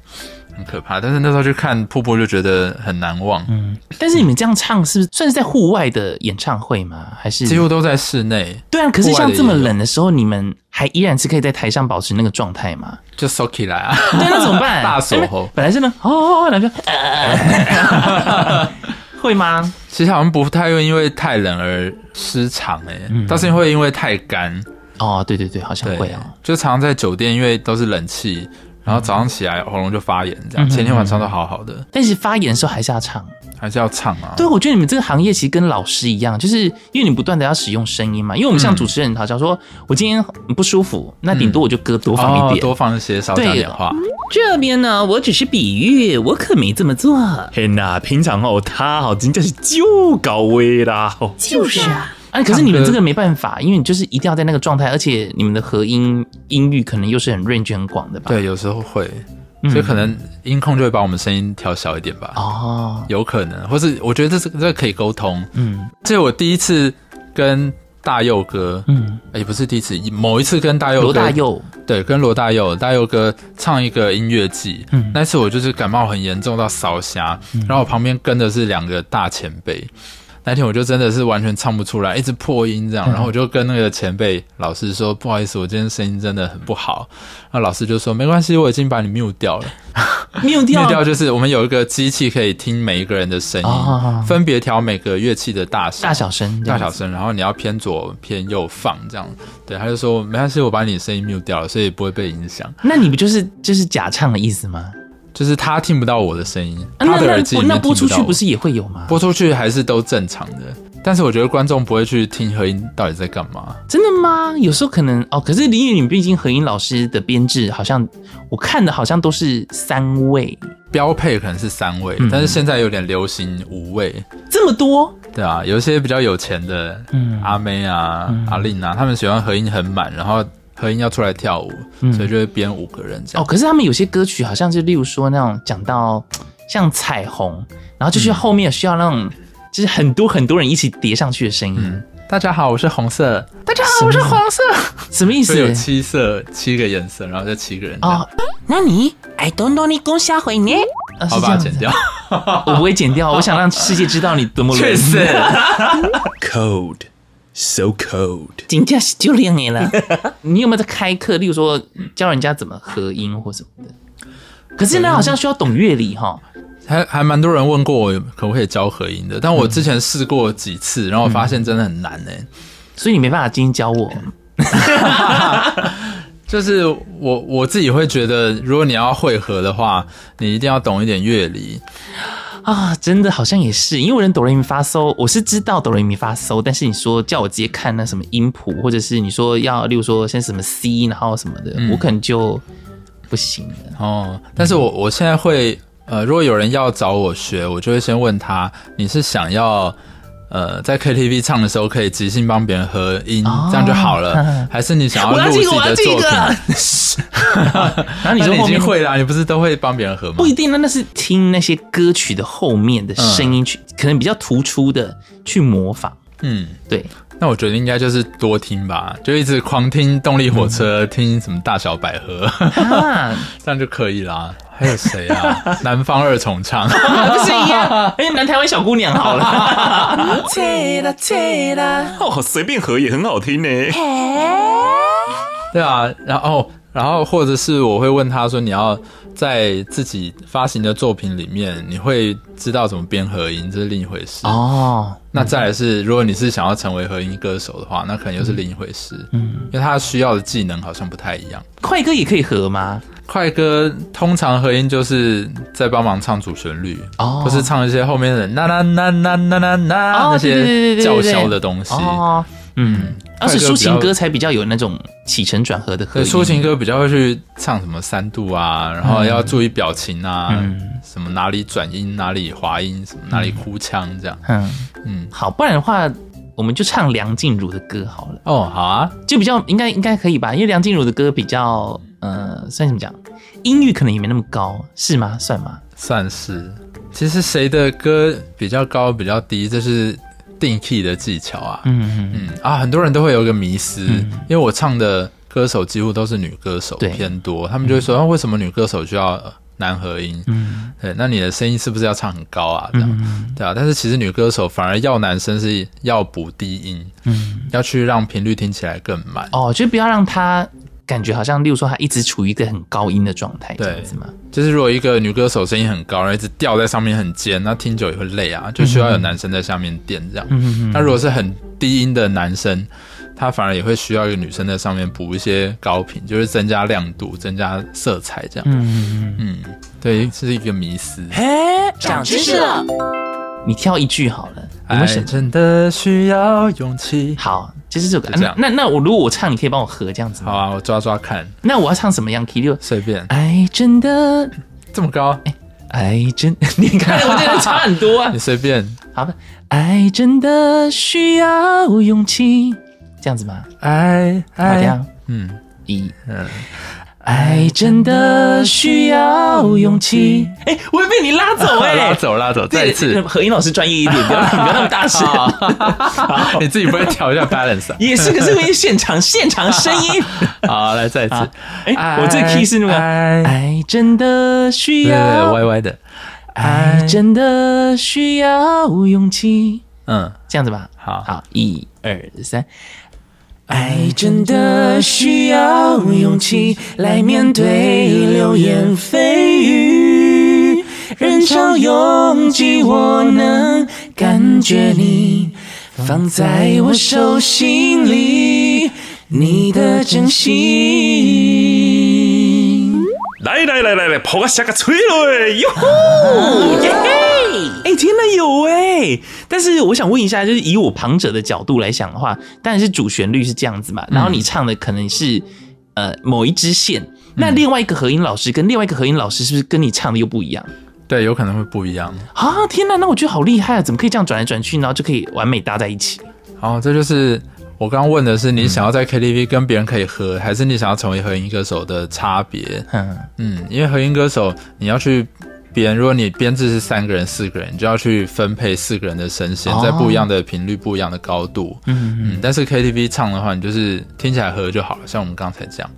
[SPEAKER 2] 很可怕。但是那时候去看瀑布就觉得很难忘，
[SPEAKER 1] 但是你们这样唱是不是算是在户外的演唱会吗？还是
[SPEAKER 2] 几乎都在室内，
[SPEAKER 1] 对啊？可是
[SPEAKER 2] 户外
[SPEAKER 1] 像
[SPEAKER 2] 的
[SPEAKER 1] 这么
[SPEAKER 2] 也有
[SPEAKER 1] 冷的时候，你们还依然是可以在台上保持那个状态吗？
[SPEAKER 2] 就 s o 起来啊。
[SPEAKER 1] 对，那怎么办？
[SPEAKER 2] 大锁喉
[SPEAKER 1] 那边本来是呢，哦哦哦，然后就，呃会吗？
[SPEAKER 2] 其实好像不太会因为太冷而失常哎、
[SPEAKER 1] 嗯
[SPEAKER 2] 倒是会因为太干，
[SPEAKER 1] 哦，对对对，好像
[SPEAKER 2] 对，
[SPEAKER 1] 会哦。
[SPEAKER 2] 就常常在酒店，因为都是冷气，然后早上起来喉咙就发炎，这样、
[SPEAKER 1] 嗯
[SPEAKER 2] 前天晚上都好好的，
[SPEAKER 1] 但是发言的时候还是要唱。
[SPEAKER 2] 还是要唱啊。
[SPEAKER 1] 对，我觉得你们这个行业其实跟老师一样，就是因为你不断的要使用声音嘛。因为我们像主持人，好像说我今天不舒服，那顶多我就歌多放一
[SPEAKER 2] 哦
[SPEAKER 1] 点。
[SPEAKER 2] 多放一些，少讲
[SPEAKER 1] 对啊
[SPEAKER 2] 点话。
[SPEAKER 1] 这边呢，我只是比喻，我可没这么做。
[SPEAKER 3] 天呐，平常哦，他哦，真的是就搞威啦。哦
[SPEAKER 5] 就是啊，
[SPEAKER 1] 啊，可是你们这个没办法，因为你就是一定要在那个状态，而且你们的合音音域可能又是很 range 很广的吧？，
[SPEAKER 2] 对，有时候会，
[SPEAKER 1] 嗯
[SPEAKER 2] 所以可能音控就会把我们声音调小一点吧，
[SPEAKER 1] 哦，
[SPEAKER 2] 有可能，或是我觉得这是这个可以沟通。
[SPEAKER 1] 嗯
[SPEAKER 2] 这我第一次跟大佑哥，哎
[SPEAKER 1] 嗯，
[SPEAKER 2] 也不是第一次，某一次跟大佑哥
[SPEAKER 1] 罗大佑，
[SPEAKER 2] 对，跟罗大佑、大佑哥唱一个音乐季，那次我就是感冒很严重到烧瞎，然后我旁边跟的是两个大前辈，那天我就真的是完全唱不出来，一直破音这样，然后我就跟那个前辈老师说，不好意思，我今天声音真的很不好，那老师就说没关系，我已经把你 mute <laughs> 掉了
[SPEAKER 1] 灭
[SPEAKER 2] ，mute
[SPEAKER 1] 掉
[SPEAKER 2] 掉就是我们有一个机器可以听每一个人的声音，
[SPEAKER 1] 哦
[SPEAKER 2] 分别调每个乐器的大小，
[SPEAKER 1] 大小声，
[SPEAKER 2] 大小声，然后你要偏左偏右放这样。对，他就说没关系，我把你声音 mute 掉了，所以不会被影响。
[SPEAKER 1] 那你不就是就是假唱的意思吗？
[SPEAKER 2] 就是他听不到我的声音，
[SPEAKER 1] 啊、
[SPEAKER 2] 他
[SPEAKER 1] 那
[SPEAKER 2] 的
[SPEAKER 1] 那
[SPEAKER 2] 耳机里
[SPEAKER 1] 播
[SPEAKER 2] 面
[SPEAKER 1] 那播
[SPEAKER 2] 听
[SPEAKER 1] 出
[SPEAKER 2] 到
[SPEAKER 1] 去
[SPEAKER 2] 我
[SPEAKER 1] 不是也会有吗？
[SPEAKER 2] 播出去还是都正常的，但是我觉得观众不会去听合音到底在干嘛。
[SPEAKER 1] 真的吗？有时候可能哦，可是林允毕竟何音老师的编制好像我看的好像都是三位，
[SPEAKER 2] 标配可能是三位，
[SPEAKER 1] 嗯
[SPEAKER 2] 但是现在有点流行五位，
[SPEAKER 1] 这么多
[SPEAKER 2] 对啊，有一些比较有钱的，
[SPEAKER 1] 嗯
[SPEAKER 2] 阿妹啊、阿令啊，他们喜欢合音很满，然后合音要出来跳舞，
[SPEAKER 1] 嗯
[SPEAKER 2] 所以就会编五个人这
[SPEAKER 1] 哦。
[SPEAKER 2] 样。
[SPEAKER 1] 可是他们有些歌曲好像就例如说那种讲到像彩虹，然后就是后面需要那种就是很多很多人一起叠上去的声音，
[SPEAKER 2] 大家好，我是红色，大家
[SPEAKER 1] 什么
[SPEAKER 2] 好，我是黄色。
[SPEAKER 1] 什么意
[SPEAKER 2] 所以有
[SPEAKER 1] 思？
[SPEAKER 2] 七色七个颜色，然后这七个人这样，
[SPEAKER 1] 哦，那你 I don't know 你公下回呢？啊是
[SPEAKER 2] 好
[SPEAKER 1] 这
[SPEAKER 2] 把它
[SPEAKER 1] 样子哦
[SPEAKER 2] 剪掉。
[SPEAKER 1] 我不会剪掉，我想让世界知道你
[SPEAKER 2] <laughs>
[SPEAKER 1] 多么冷。
[SPEAKER 3] Cold, so cold。
[SPEAKER 1] 金价是就亮你了。你有没有在开课？例如说教人家怎么合音或什么的？可是呢，好像需要懂乐理哈。
[SPEAKER 2] 还还蛮多人问过我可不可以教合音
[SPEAKER 1] 嗯
[SPEAKER 2] 的，但我之前试过几次，然后我发现真的很难呢、欸
[SPEAKER 1] 所以你没办法今天教我，
[SPEAKER 2] 就是我我自己会觉得，如果你要会合的话，你一定要懂一点乐理。
[SPEAKER 1] 啊，真的好像也是，因为我连哆来咪发嗦，我是知道哆来咪发嗦，但是你说叫我直接看那什么音谱，或者是你说要，例如说先什么 C，然后什么的，
[SPEAKER 2] 嗯
[SPEAKER 1] 我可能就不行了。
[SPEAKER 2] 哦，但是
[SPEAKER 1] 嗯
[SPEAKER 2] 我我现在会，呃，如果有人要找我学，我就会先问他，你是想要，呃，在 KTV 唱的时候可以即兴帮别人合音，
[SPEAKER 1] 哦
[SPEAKER 2] 这样就好
[SPEAKER 1] <laughs>
[SPEAKER 2] 了，还是你想录自己的作品？
[SPEAKER 1] 然后你
[SPEAKER 2] 那
[SPEAKER 1] 说
[SPEAKER 2] 你已
[SPEAKER 1] 后面
[SPEAKER 2] 经会啦，你不是都会帮别人合吗？
[SPEAKER 1] 不一定呢，那是听那些歌曲的后面的声音去，可能比较突出的去模仿。
[SPEAKER 2] 嗯， <laughs>
[SPEAKER 1] 对，
[SPEAKER 2] 那我觉得应该就是多听吧，就一直狂听动力火车，听什么大小百合， <laughs>
[SPEAKER 1] 啊，
[SPEAKER 2] 这样就可以啦。还有谁啊？ <laughs> 南方二重唱。 <laughs>
[SPEAKER 1] 啊不是一样？哎，南台湾小姑娘好了，
[SPEAKER 6] 切啦切啦，
[SPEAKER 3] 哦，随便合也很好听呢。
[SPEAKER 2] 对啊，然后然后或者是我会问他说，你要在自己发行的作品里面，你会知道怎么编合音，这是另一回事。
[SPEAKER 1] 哦，
[SPEAKER 2] 那再来是，如果你是想要成为合音歌手的话，那可能又是另一回事。嗯，因为他需要的技能好像不太一样。
[SPEAKER 1] 快歌也可以合吗？
[SPEAKER 2] 快歌通常合音就是在帮忙唱主旋律，
[SPEAKER 1] 哦
[SPEAKER 2] 或是唱一些后面的那那那那那那那
[SPEAKER 1] 哦
[SPEAKER 2] 那
[SPEAKER 1] 对对对
[SPEAKER 2] 些
[SPEAKER 1] 对对
[SPEAKER 2] 叫
[SPEAKER 1] 对
[SPEAKER 2] 嚣的东西。
[SPEAKER 1] 哦，嗯，而且
[SPEAKER 2] 快歌比较
[SPEAKER 1] 抒情歌才比较有那种起承转合的合
[SPEAKER 2] 对，
[SPEAKER 1] 音。
[SPEAKER 2] 抒情歌比较会去唱什么三度啊，然
[SPEAKER 1] 嗯
[SPEAKER 2] 后要注意表情啊，什么哪里转音，哪里滑音，什么哪里哭腔这样。
[SPEAKER 1] 嗯，
[SPEAKER 2] 嗯，
[SPEAKER 1] 好，不然的话，我们就唱梁静茹的歌好了，
[SPEAKER 2] 哦，好啊，
[SPEAKER 1] 就比较应该应该可以吧，因为梁静茹的歌比较呃，算怎么讲，音域可能也没那么高，是吗？算吗？
[SPEAKER 2] 算是。其实谁的歌比较高，比较低，这是定 key 的技巧啊。
[SPEAKER 1] 嗯，
[SPEAKER 2] 嗯啊，很多人都会有一个迷思，因为我唱的歌手几乎都是女歌手
[SPEAKER 1] 对
[SPEAKER 2] 偏多，他们就会说，啊为什么女歌手需要呃男合音？
[SPEAKER 1] 嗯，
[SPEAKER 2] 对，那你的声音是不是要唱很高啊？这样，对啊。但是其实女歌手反而要男生是要补低音，嗯，要去让频率听起来更满。
[SPEAKER 1] 哦，就不要让她感觉好像，例如说她一直处于一个很高音的状态，
[SPEAKER 2] 对
[SPEAKER 1] 这样子嘛。
[SPEAKER 2] 就是如果一个女歌手声音很高，然后一直吊在上面很尖，那听久也会累啊，就需要有男生在下面垫这样。
[SPEAKER 1] 嗯嗯嗯
[SPEAKER 2] 那如果是很低音的男生，他反而也会需要一个女生在上面补一些高频，就是增加亮度、增加色彩这样。
[SPEAKER 1] 嗯嗯，
[SPEAKER 2] 嗯，对，是一个迷思。
[SPEAKER 6] 长知
[SPEAKER 1] 啊
[SPEAKER 6] 识了，
[SPEAKER 1] 你挑一句好了，你
[SPEAKER 2] 爱
[SPEAKER 1] 们选
[SPEAKER 2] 真的需要勇气。
[SPEAKER 1] 好，就是这首歌。啊
[SPEAKER 2] 就这样
[SPEAKER 1] 那那那我如果我唱，你可以帮我合这样子吗？
[SPEAKER 2] 好啊，我抓抓看，
[SPEAKER 1] 那我要唱什么样 key 六？
[SPEAKER 2] 随便，
[SPEAKER 1] 爱真的，
[SPEAKER 2] 这么高，
[SPEAKER 1] 哎爱真， <laughs> 你看哎我真的差很多啊
[SPEAKER 2] 你。随便。
[SPEAKER 1] 好吧，爱真的需要勇气，这样子吗？
[SPEAKER 2] 爱
[SPEAKER 1] 好这
[SPEAKER 2] 爱
[SPEAKER 1] 样，
[SPEAKER 2] 嗯，
[SPEAKER 1] 一，爱真的需要勇气。哎、我会被你拉走哎、
[SPEAKER 2] <laughs> 拉走拉走，再一次，
[SPEAKER 1] 何英老师专业一点，不要不要那么大声。
[SPEAKER 2] <laughs> 你自己不会调一下
[SPEAKER 1] <laughs>
[SPEAKER 2] balance 啊？
[SPEAKER 1] 也是，可是我也现场现场声音。
[SPEAKER 2] 好，来再一次。
[SPEAKER 1] 哎、我这
[SPEAKER 2] 爱
[SPEAKER 1] key 是那
[SPEAKER 2] 哎
[SPEAKER 1] 哎个。
[SPEAKER 2] 爱
[SPEAKER 1] 爱真的需
[SPEAKER 2] 对对对，
[SPEAKER 1] 要，
[SPEAKER 2] 歪歪的，
[SPEAKER 1] 爱真的需要勇气。
[SPEAKER 2] 嗯，
[SPEAKER 1] 这样子吧。
[SPEAKER 2] 好
[SPEAKER 1] 好，一二三。爱真的需要勇气来面对流言蜚语，人潮拥挤，我能感觉你放在我手心里，你的真心。
[SPEAKER 3] 来来来来来，跑个下个吹了哟吼！耶嘿！
[SPEAKER 1] 哎、天的有哎、但是我想问一下，就是以我旁者的角度来想的话，当然是主旋律是这样子
[SPEAKER 2] 嗯
[SPEAKER 1] 嘛，然后你唱的可能是、呃某一支线，那另外一个和音老师跟另外一个和音老师是不是跟你唱的又不一样
[SPEAKER 2] 对，有可能会不一样。
[SPEAKER 1] 啊？天呐，那我觉得好厉害啊！怎么可以这样转来转去，然后就可以完美搭在一起？
[SPEAKER 2] 好，哦这就是我刚刚问的是，你想要在 KTV 跟别人可以合，还是你想要成为合音歌手的差别？
[SPEAKER 1] 嗯，
[SPEAKER 2] 嗯，因为合音歌手你要去编，如果你编制是三个人、四个人，你就要去分配四个人的声线，
[SPEAKER 1] 哦
[SPEAKER 2] 在不一样的频率、不一样的高度。嗯嗯，但是 KTV 唱的话，你就是听起来合就好了，像我们刚才
[SPEAKER 1] <laughs>
[SPEAKER 2] 这样，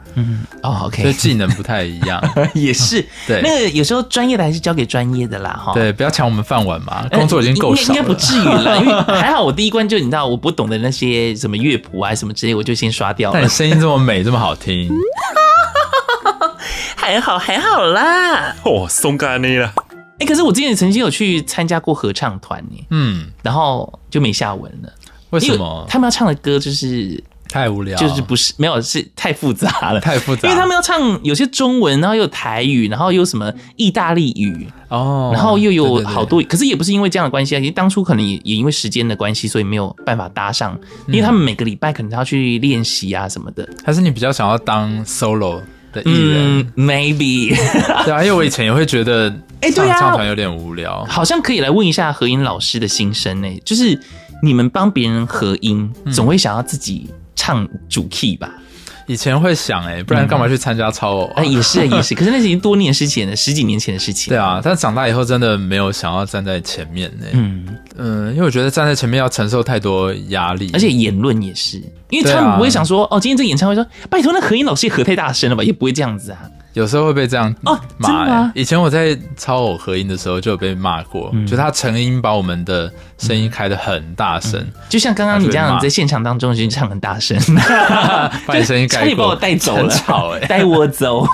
[SPEAKER 1] 哦
[SPEAKER 2] 所以
[SPEAKER 1] ，OK，
[SPEAKER 2] 技能不太一样。
[SPEAKER 1] <laughs> 也是，
[SPEAKER 2] <laughs> 对
[SPEAKER 1] 那个有时候专业的还是交给专业的啦，哈。呃
[SPEAKER 2] 对，不要抢我们饭碗嘛，工作已经够少
[SPEAKER 1] 应该应该。
[SPEAKER 2] 了
[SPEAKER 1] 不至于啦，
[SPEAKER 2] <laughs>
[SPEAKER 1] 因为还好我第一关就你知道我不懂的那些什么乐谱啊什么之类，我就先刷掉
[SPEAKER 2] 但
[SPEAKER 1] 了
[SPEAKER 2] 你。 <laughs> 声音这么美，这么好听，
[SPEAKER 1] 还好还好啦。
[SPEAKER 3] 哦，松干你了。
[SPEAKER 1] 哎、可是我之前曾经有去参加过合唱团耶，
[SPEAKER 2] 嗯，
[SPEAKER 1] 然后就没下文了。
[SPEAKER 2] 为什
[SPEAKER 1] 因为
[SPEAKER 2] 么？
[SPEAKER 1] 他们要唱的歌就是
[SPEAKER 2] 太无聊，
[SPEAKER 6] 就是不是没有是太复杂了。
[SPEAKER 2] 太复杂，
[SPEAKER 6] <laughs> 因为他们要唱有些中文，然后又有台语，然后又有什么意大利语，
[SPEAKER 2] 哦，
[SPEAKER 6] 然后又有
[SPEAKER 2] 对对对
[SPEAKER 6] 好多，可是也不是因为这样的关系啊，因为当初可能也也因为时间的关系，所以没有办法搭上，
[SPEAKER 2] 嗯
[SPEAKER 6] 因为他们每个礼拜可能要去练习啊什么的。
[SPEAKER 2] 还是你比较想要当 solo 的艺人，
[SPEAKER 6] 嗯，maybe
[SPEAKER 2] 对啊，因为我以前也会觉得
[SPEAKER 6] 哎
[SPEAKER 2] 唱
[SPEAKER 6] 对啊
[SPEAKER 2] 唱团有点无聊，
[SPEAKER 6] 好像可以来问一下何音老师的心声呢、就是你们帮别人合音，
[SPEAKER 2] 嗯
[SPEAKER 6] 总会想要自己唱主 key 吧？
[SPEAKER 2] 以前会想哎，不然干嘛去参加超偶啊
[SPEAKER 6] 哎、？也是
[SPEAKER 2] <laughs>
[SPEAKER 6] 也是，可是那是已经多年之前的，十几年前的事情。
[SPEAKER 2] 对，啊，但长大以后真的没有想要站在前面呢。
[SPEAKER 6] 嗯，
[SPEAKER 2] 嗯，因为我觉得站在前面要承受太多压力，
[SPEAKER 6] 而且言论也是，因为
[SPEAKER 2] 对啊
[SPEAKER 6] 他们不会想说、哦，今天这个演唱会说，拜托那何音老师也合太大声了吧，也不会这样子啊。
[SPEAKER 2] 有时候会被这样
[SPEAKER 6] 哦真
[SPEAKER 2] 骂、哎
[SPEAKER 6] 的吗
[SPEAKER 2] 以前我在超偶合音的时候就有被骂过，
[SPEAKER 6] 嗯
[SPEAKER 2] 就他成音把我们的声音开得很大声，
[SPEAKER 6] 就像刚刚你这
[SPEAKER 2] 他就会
[SPEAKER 6] 样
[SPEAKER 2] 骂
[SPEAKER 6] 在现场当中已经唱很大声，
[SPEAKER 2] <laughs> 把你声音
[SPEAKER 6] 差
[SPEAKER 2] 盖
[SPEAKER 6] 点把
[SPEAKER 2] 过，<laughs>
[SPEAKER 6] <laughs> 我带走
[SPEAKER 2] 很
[SPEAKER 6] 了， <laughs>
[SPEAKER 2] 吵哎、
[SPEAKER 6] 带我走。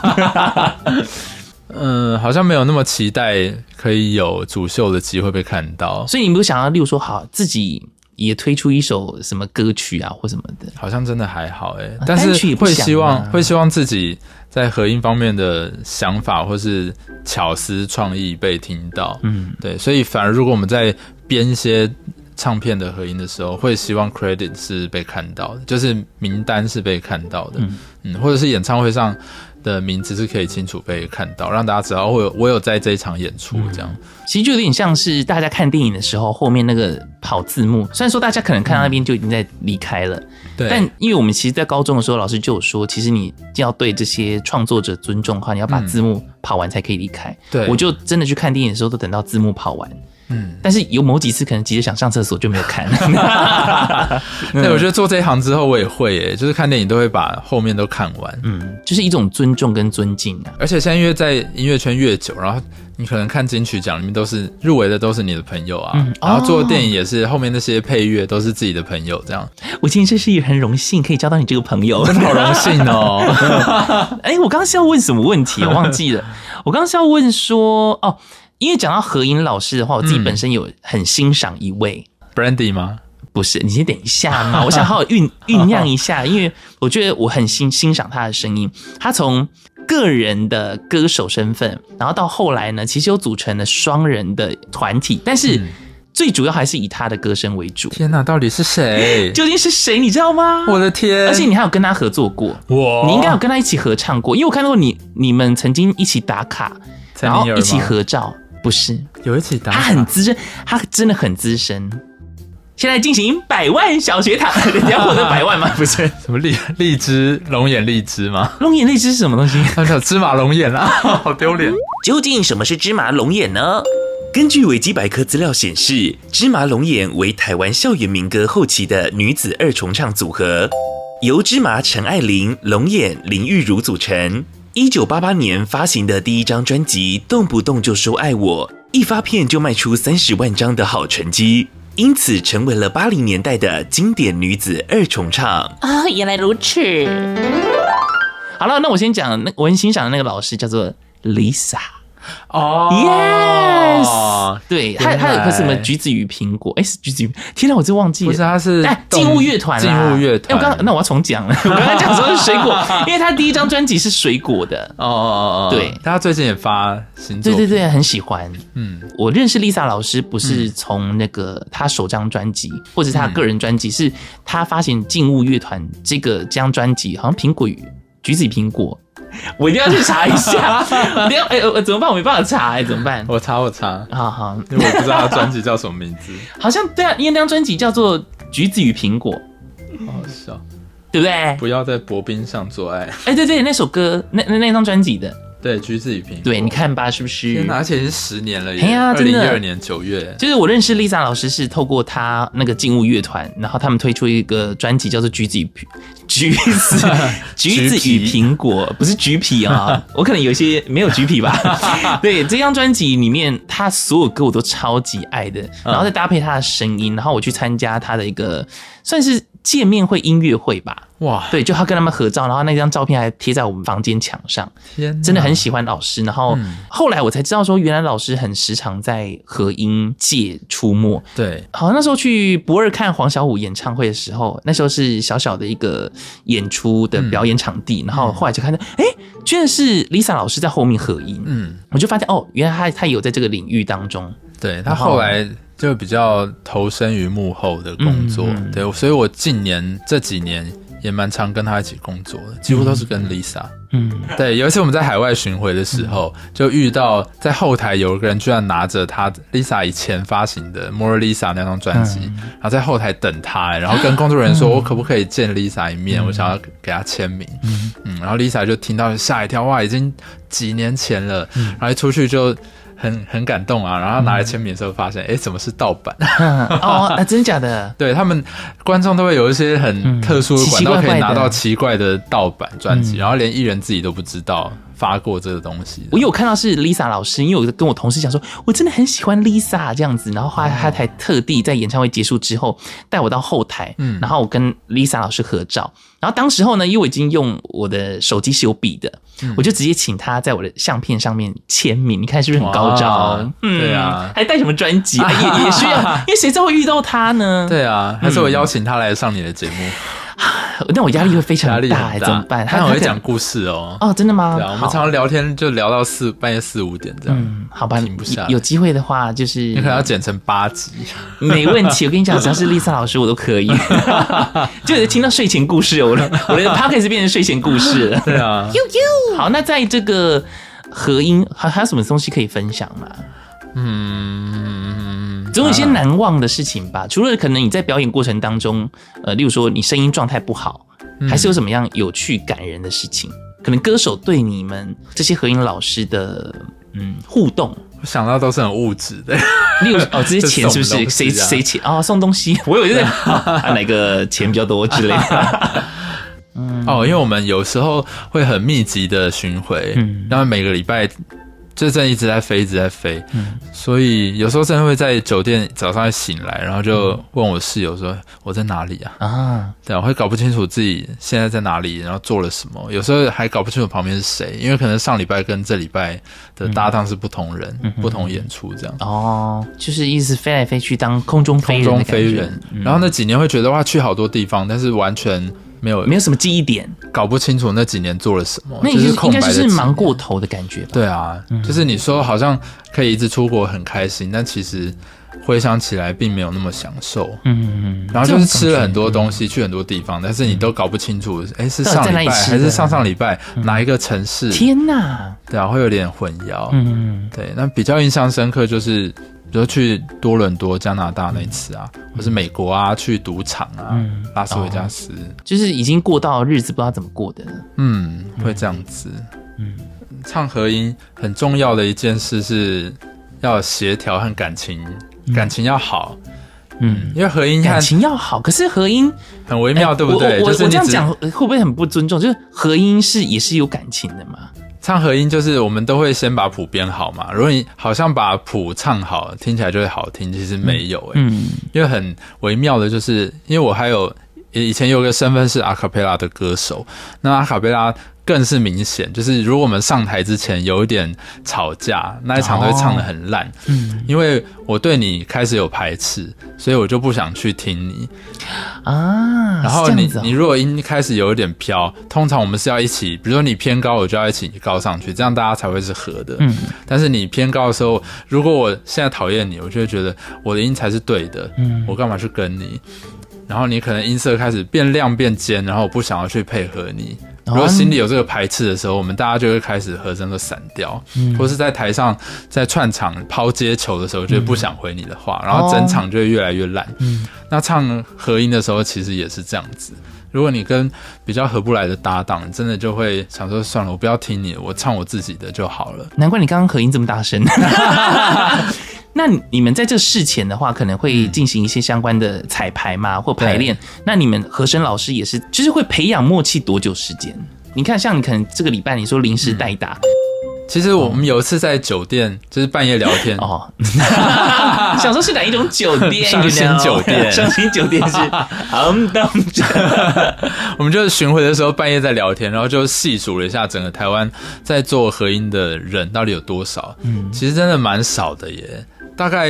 [SPEAKER 2] 嗯，好像没有那么期待可以有主秀的机会被看到，
[SPEAKER 6] 所以你没有想要，例如说，好自己也推出一首什么歌曲啊，或什么的。
[SPEAKER 2] 好像真的还好哎、
[SPEAKER 6] 啊
[SPEAKER 2] 但
[SPEAKER 6] 单曲
[SPEAKER 2] 是
[SPEAKER 6] 也不
[SPEAKER 2] 会
[SPEAKER 6] 想
[SPEAKER 2] 希望
[SPEAKER 6] 啊
[SPEAKER 2] 会希望自己在合音方面的想法或是巧思创意被听到，
[SPEAKER 6] 嗯，
[SPEAKER 2] 对，所以反而如果我们在编一些唱片的合音的时候，会希望 credit 是被看到的，就是名单是被看到的，嗯或者是演唱会上的名字是可以清楚被看到，让大家知道哦我有我有在这一场演
[SPEAKER 6] 嗯
[SPEAKER 2] 出这样。
[SPEAKER 6] 其实就有点像是大家看电影的时候，后面那个跑字幕。虽然说大家可能看到那边就已经在离开了，
[SPEAKER 2] 对，
[SPEAKER 6] 但因为我们其实，在高中的时候，老师就有说，其实你要对这些创作者尊重的话，你要把字幕跑完才可以离开。
[SPEAKER 2] 对
[SPEAKER 6] 我就真的去看电影的时候，都等到字幕跑完。
[SPEAKER 2] 嗯，
[SPEAKER 6] 但是有某几次可能急着想上厕所就没有看。
[SPEAKER 2] <laughs> 对，我觉得做这一行之后，我也会耶，就是看电影都会把后面都看完。
[SPEAKER 6] 嗯，就是一种尊重跟尊敬啊。
[SPEAKER 2] 而且现在因为在音乐圈越久，然后你可能看金曲奖里面都是入围的都是你的朋友啊，
[SPEAKER 6] 嗯
[SPEAKER 2] 然后做
[SPEAKER 6] 哦
[SPEAKER 2] 电影也是后面那些配乐都是自己的朋友，这样
[SPEAKER 6] 我今天真是也很荣幸可以交到你这个朋友，
[SPEAKER 2] 好荣幸
[SPEAKER 6] <laughs>
[SPEAKER 2] 哦。
[SPEAKER 6] 哎、我刚刚是要问什么问题？我啊忘记了。我刚刚是要问说，哦，因为讲到何颖老师的话，我自己本身有很欣赏一位。
[SPEAKER 2] Brandy 吗？
[SPEAKER 6] 不是，你先等一下嘛，我想好好酝酝酿一下，因为我觉得我很欣欣赏他的声音。他从个人的歌手身份，然后到后来呢，其实又组成了双人的团体，但是最主要还是以他的歌声为主。
[SPEAKER 2] 天哪，到底是谁？
[SPEAKER 6] 究竟是谁，你知道吗？
[SPEAKER 2] 我的天！
[SPEAKER 6] <laughs> 而且你还有跟他合作过，
[SPEAKER 2] 我
[SPEAKER 6] 你应该有跟他一起合唱过，因为我看到你你们曾经一起打卡，
[SPEAKER 2] 蔡
[SPEAKER 6] 然
[SPEAKER 2] 明
[SPEAKER 6] 后
[SPEAKER 2] 儿吗啊
[SPEAKER 6] 一起合照，不是？
[SPEAKER 2] 有一起打
[SPEAKER 6] 他
[SPEAKER 2] 卡，
[SPEAKER 6] 很资深，他真的很资深。现在进行百万小
[SPEAKER 2] <laughs>
[SPEAKER 6] 学堂，你要获得百万吗？不是，
[SPEAKER 2] 什么荔荔枝龙眼荔枝
[SPEAKER 6] <laughs>
[SPEAKER 2] 吗？
[SPEAKER 6] 龙眼泪汁是什么东西？
[SPEAKER 2] 他叫芝麻龙眼啊， <laughs> 好丢脸。
[SPEAKER 3] 究竟什么是芝麻龙眼呢？根据维基百科资料显示，芝麻龙眼为台湾校园民歌后期的女子二重唱组合，由芝麻陈爱玲、龙眼林玉茹组成。一九八八年发行的第一张专辑《动不动就说爱我》，一发片就卖出三十万张的好成绩，因此成为了八零年代的经典女子二重唱。
[SPEAKER 1] 啊，原来如此。
[SPEAKER 6] 好了，那我先讲，那我很欣赏的那个老师叫做 Lisa。
[SPEAKER 2] 哦
[SPEAKER 6] Yes，对，还有还有
[SPEAKER 2] 原来
[SPEAKER 6] 个什么橘子与苹果，哎，是橘子与，天哪，我真忘记
[SPEAKER 2] 不是
[SPEAKER 6] 了。
[SPEAKER 2] 他是
[SPEAKER 6] 哎，
[SPEAKER 2] 动
[SPEAKER 6] 劲舞乐团啦，
[SPEAKER 2] 劲舞乐团。
[SPEAKER 6] 哎我刚那我要重讲了， <laughs> 我刚刚讲说是水果，因为他第一张专辑是水果的，
[SPEAKER 2] 哦哦哦哦，
[SPEAKER 6] 对
[SPEAKER 2] 他最近也发新作
[SPEAKER 6] 对
[SPEAKER 2] 品，
[SPEAKER 6] 对对，很喜欢。
[SPEAKER 2] 嗯，
[SPEAKER 6] 我认识 Lisa 老师不是从那个她首张专辑，或者她个人专辑，是她发行劲舞乐团这个这张专辑，好像苹果与橘子与苹果， <laughs> 我一定要去查一下。 <laughs> 你要哎、呃怎么办？我没办法查哎、怎么 <laughs> 办？
[SPEAKER 2] 我查我查，
[SPEAKER 6] 好好，
[SPEAKER 2] <laughs> 因为我不知道他专辑叫什么名字，
[SPEAKER 6] 好像对啊，因为那张专辑叫做《橘子与苹果》，
[SPEAKER 2] 好好笑。
[SPEAKER 6] 对不对？哎、
[SPEAKER 2] 不要在薄冰上做爱。
[SPEAKER 6] 对对，那首歌那那那张专辑的，
[SPEAKER 2] 对，橘子与苹果。
[SPEAKER 6] 对，你，看吧，是不是？
[SPEAKER 2] 天哪，而且已经十年了耶，
[SPEAKER 6] 哎呀
[SPEAKER 2] 二
[SPEAKER 6] 真
[SPEAKER 2] 零一
[SPEAKER 6] 的
[SPEAKER 2] 二年九月。
[SPEAKER 6] 就是我认识 Lisa 老师是透过她那个劲舞乐团，然后他们推出一个专辑叫做《橘子与苹橘子橘子与苹果》，不是橘皮啊，我可能有一些没有橘皮吧。对，这张专辑里面，她所有歌我都超级爱的，然后再搭配她的声音，然后我去参加她的一个算是见面会音乐会吧。
[SPEAKER 2] 哇，
[SPEAKER 6] 对，就他跟他们合照，然后那张照片还贴在我们房间墙上，
[SPEAKER 2] 天哪，
[SPEAKER 6] 真的很喜欢老师。然后后来我才知道说，原来老师很时常在和音界出没。
[SPEAKER 2] 对，
[SPEAKER 6] 好，那时候去不二看黄小琥演唱会的时候，那时候是小小的一个演出的表演场地，然后后来就看到，哎、居然是 Lisa 老师在后面合音，
[SPEAKER 2] 嗯，
[SPEAKER 6] 我就发现哦，原来他他有在这个领域当中，
[SPEAKER 2] 对他
[SPEAKER 6] 然后
[SPEAKER 2] 后来就比较投身于幕后的工作，
[SPEAKER 6] 嗯嗯
[SPEAKER 2] 对，所以我近年这几年也蛮常跟他一起工作的，几乎都是跟 Lisa。
[SPEAKER 6] 嗯，
[SPEAKER 2] <laughs> 对，有一次我们在海外巡回的时候，就遇到在后台有一个人居然拿着他 Lisa 以前发行的《More Lisa》那张专辑，然后在后台等他、欸然后跟工作人员说：“我可不可以见 Lisa 一面？我想要给她签名。”嗯，然后 Lisa 就听到吓一跳，哇，已经几年前了，然后一出去就。很很感动啊，然后拿来签名的时候发现，哎、怎么是盗版？
[SPEAKER 6] 哦，那真假的，
[SPEAKER 2] 对他们观众都会有一些
[SPEAKER 6] 嗯
[SPEAKER 2] 很特殊的管道可以拿到奇怪的盗版专辑，然后连艺人自己都不知道发过这个东西。
[SPEAKER 6] 我有看到是 Lisa 老师，因为我跟我同事讲说，我真的很喜欢 Lisa 这样子，然后后来他才特地在演唱会结束之后带我到后台，
[SPEAKER 2] 嗯
[SPEAKER 6] 然后我跟 Lisa 老师合照，然后当时候呢，因为我已经用我的手机是有笔的，
[SPEAKER 2] 嗯
[SPEAKER 6] 我就直接请他在我的相片上面签名，你看是不是很高招嗯
[SPEAKER 2] 哇？对啊
[SPEAKER 6] 还带什么专辑？啊、也也需要，
[SPEAKER 2] <laughs>
[SPEAKER 6] 因为谁知道会遇到他呢？，
[SPEAKER 2] 对啊，还是我邀请他来上你的节目，
[SPEAKER 6] <laughs> 那我压力会非常
[SPEAKER 2] 压力
[SPEAKER 6] 大，
[SPEAKER 2] 很大。
[SPEAKER 6] 怎么办？
[SPEAKER 2] 他很会
[SPEAKER 6] 可
[SPEAKER 2] 讲故事
[SPEAKER 6] <laughs>
[SPEAKER 2] 哦。
[SPEAKER 6] 哦，真的吗？
[SPEAKER 2] 对啊，我们
[SPEAKER 6] 好
[SPEAKER 2] 常常聊天就聊到四半夜四五点这样，
[SPEAKER 6] 嗯，好吧，
[SPEAKER 2] 停不下来
[SPEAKER 6] 有有机会的话，就是
[SPEAKER 2] 你可能要剪成八集。
[SPEAKER 6] 没问题，我跟
[SPEAKER 2] <laughs>
[SPEAKER 6] 你讲，只要是丽莎老师，我都可以。 <laughs> 就是听到睡前故事，我的
[SPEAKER 2] <laughs>
[SPEAKER 6] 我的 podcast 变成睡前故事了。
[SPEAKER 2] 对啊，
[SPEAKER 6] 好，那在这个合音还还有什么东西可以分享吗？
[SPEAKER 2] 嗯，
[SPEAKER 6] 总有一些
[SPEAKER 2] 啊
[SPEAKER 6] 难忘的事情吧，除了可能你在表演过程当中，呃，例如说你声音状态不好，
[SPEAKER 2] 嗯
[SPEAKER 6] 还是有什么样有趣感人的事情？可能歌手对你们这些合音老师的嗯互动，
[SPEAKER 2] 我想到都是很物质的。
[SPEAKER 6] 例
[SPEAKER 2] <laughs>
[SPEAKER 6] 如哦，这些
[SPEAKER 2] 就
[SPEAKER 6] 钱是不
[SPEAKER 2] 送
[SPEAKER 6] 是
[SPEAKER 2] 东西
[SPEAKER 6] 谁
[SPEAKER 2] 啊
[SPEAKER 6] 谁钱哦送
[SPEAKER 2] <laughs>
[SPEAKER 6] 东西，我有在 <laughs> 啊哪个钱比较多之类
[SPEAKER 2] <laughs>
[SPEAKER 6] 的。
[SPEAKER 2] 哦，因为我们有时候会很密集的巡回，
[SPEAKER 6] 嗯
[SPEAKER 2] 然后每个礼拜就真的一直在飞，一直在飞，
[SPEAKER 6] 嗯
[SPEAKER 2] 所以有时候真的会在酒店早上醒来，然后就问我室友说我在哪里啊？
[SPEAKER 6] 啊，
[SPEAKER 2] 对啊，我会搞不清楚自己现在在哪里，然后做了什么，有时候还搞不清楚旁边是谁，因为可能上礼拜跟这礼拜的搭档是不同
[SPEAKER 6] 嗯
[SPEAKER 2] 人、不同演出这样。
[SPEAKER 6] 哦，就是一直飞来飞去当空中飞
[SPEAKER 2] 空
[SPEAKER 6] 人的
[SPEAKER 2] 中
[SPEAKER 6] 感觉，嗯
[SPEAKER 2] 飞人，然后那几年会觉得哇，去好多地方，但是完全没有
[SPEAKER 6] 没有什么记忆点，
[SPEAKER 2] 搞不清楚那几年做了什么，
[SPEAKER 6] 那
[SPEAKER 2] 哦就
[SPEAKER 6] 你
[SPEAKER 2] 是
[SPEAKER 6] 就是
[SPEAKER 2] 空
[SPEAKER 6] 应
[SPEAKER 2] 白
[SPEAKER 6] 该
[SPEAKER 2] 的
[SPEAKER 6] 就
[SPEAKER 2] 几
[SPEAKER 6] 是
[SPEAKER 2] 年
[SPEAKER 6] 忙过头的感觉吧？
[SPEAKER 2] 对啊，
[SPEAKER 6] 嗯
[SPEAKER 2] 就是你说好像可以一直出国很开心，但其实回想起来并没有那么享受。
[SPEAKER 6] 嗯，
[SPEAKER 2] 然后就是吃了很多东西，去很多地方，但是你都搞不清楚，哎，是
[SPEAKER 6] 到底
[SPEAKER 2] 上
[SPEAKER 6] 在
[SPEAKER 2] 礼
[SPEAKER 6] 哪里
[SPEAKER 2] 拜
[SPEAKER 6] 吃
[SPEAKER 2] 还
[SPEAKER 6] 的
[SPEAKER 2] 是上上礼拜
[SPEAKER 6] 嗯
[SPEAKER 2] 哪一个城市？
[SPEAKER 6] 天哪，
[SPEAKER 2] 对啊，会有点混淆。
[SPEAKER 6] 嗯，
[SPEAKER 2] 对，那比较印象深刻就是，比如去多伦多加拿大那一次啊，
[SPEAKER 6] 嗯
[SPEAKER 2] 或是美国啊，去赌场啊，拉斯维加斯，
[SPEAKER 6] 就是已经过到日子不知道怎么过的，
[SPEAKER 2] 嗯，会这样子。嗯，唱和音很重要的一件事是要协调和感情，感情要好，
[SPEAKER 6] 嗯。
[SPEAKER 2] 因为和音和
[SPEAKER 6] 感情要好，可是合音哎
[SPEAKER 2] 很微妙，对不对？
[SPEAKER 6] 我
[SPEAKER 2] 就
[SPEAKER 6] 我我
[SPEAKER 2] 是
[SPEAKER 6] 我
[SPEAKER 2] 你
[SPEAKER 6] 这样
[SPEAKER 2] 只
[SPEAKER 6] 讲会不会很不尊重？就是合音是也是有感情的嘛？
[SPEAKER 2] 唱和音，就是我们都会先把谱编好嘛。如果你好像把谱唱好，听起来就会好听，其实没有、欸，
[SPEAKER 6] 嗯，
[SPEAKER 2] 因为很微妙的，就是因为我还有以以前有个身份是阿卡贝拉的歌手，那阿卡贝拉更是明显，就是如果我们上台之前有一点吵架，那一场都会唱得很烂，嗯，因为我对你开始有排斥，所以我就不想去听你。
[SPEAKER 6] 啊，
[SPEAKER 2] 然后
[SPEAKER 6] 是这
[SPEAKER 2] 你
[SPEAKER 6] 样子哦
[SPEAKER 2] 你如果音开始有一点飘，通常我们是要一起，比如说你偏高，我就要一起高上去，这样大家才会是合的。嗯，但是你偏高的时候，如果我现在讨厌你，我就会觉得我的音才是对的，嗯，我干嘛去跟你？然后你可能音色开始变亮变尖，然后我不想要去配合你。
[SPEAKER 6] 哦
[SPEAKER 2] 如果心里有这个排斥的时候，我们大家就会开始和声都散掉，
[SPEAKER 6] 嗯
[SPEAKER 2] 或是在台上在串场抛接球的时候，就不想回你的话，
[SPEAKER 6] 哦
[SPEAKER 2] 然后整场就会越来越烂。
[SPEAKER 6] 嗯
[SPEAKER 2] 那唱合音的时候，其实也是这样子。如果你跟比较合不来的搭档，真的就会想说算了，我不要听你，我唱我自己的就好了。
[SPEAKER 6] 难怪你刚刚合音这么大 <laughs> 声。那你们在这事前的话，可能会进行一些相关的彩排嘛，或排练。那你们和声老师也是，就是会培养默契多久时间？你看，像你可能这个礼拜你说临时代打，
[SPEAKER 2] 其实我们有一次在酒店，就是半夜聊天，
[SPEAKER 6] 哦， <laughs> 想说是哪一种酒店？
[SPEAKER 2] 上新
[SPEAKER 6] you know？
[SPEAKER 2] 酒
[SPEAKER 6] <laughs>
[SPEAKER 2] 店
[SPEAKER 6] 上新酒店是嗯，当
[SPEAKER 2] 我们就是巡回的时候半夜在聊天，然后就细数了一下整个台湾在做合音的人到底有多少。嗯，其实真的蛮少的耶，大概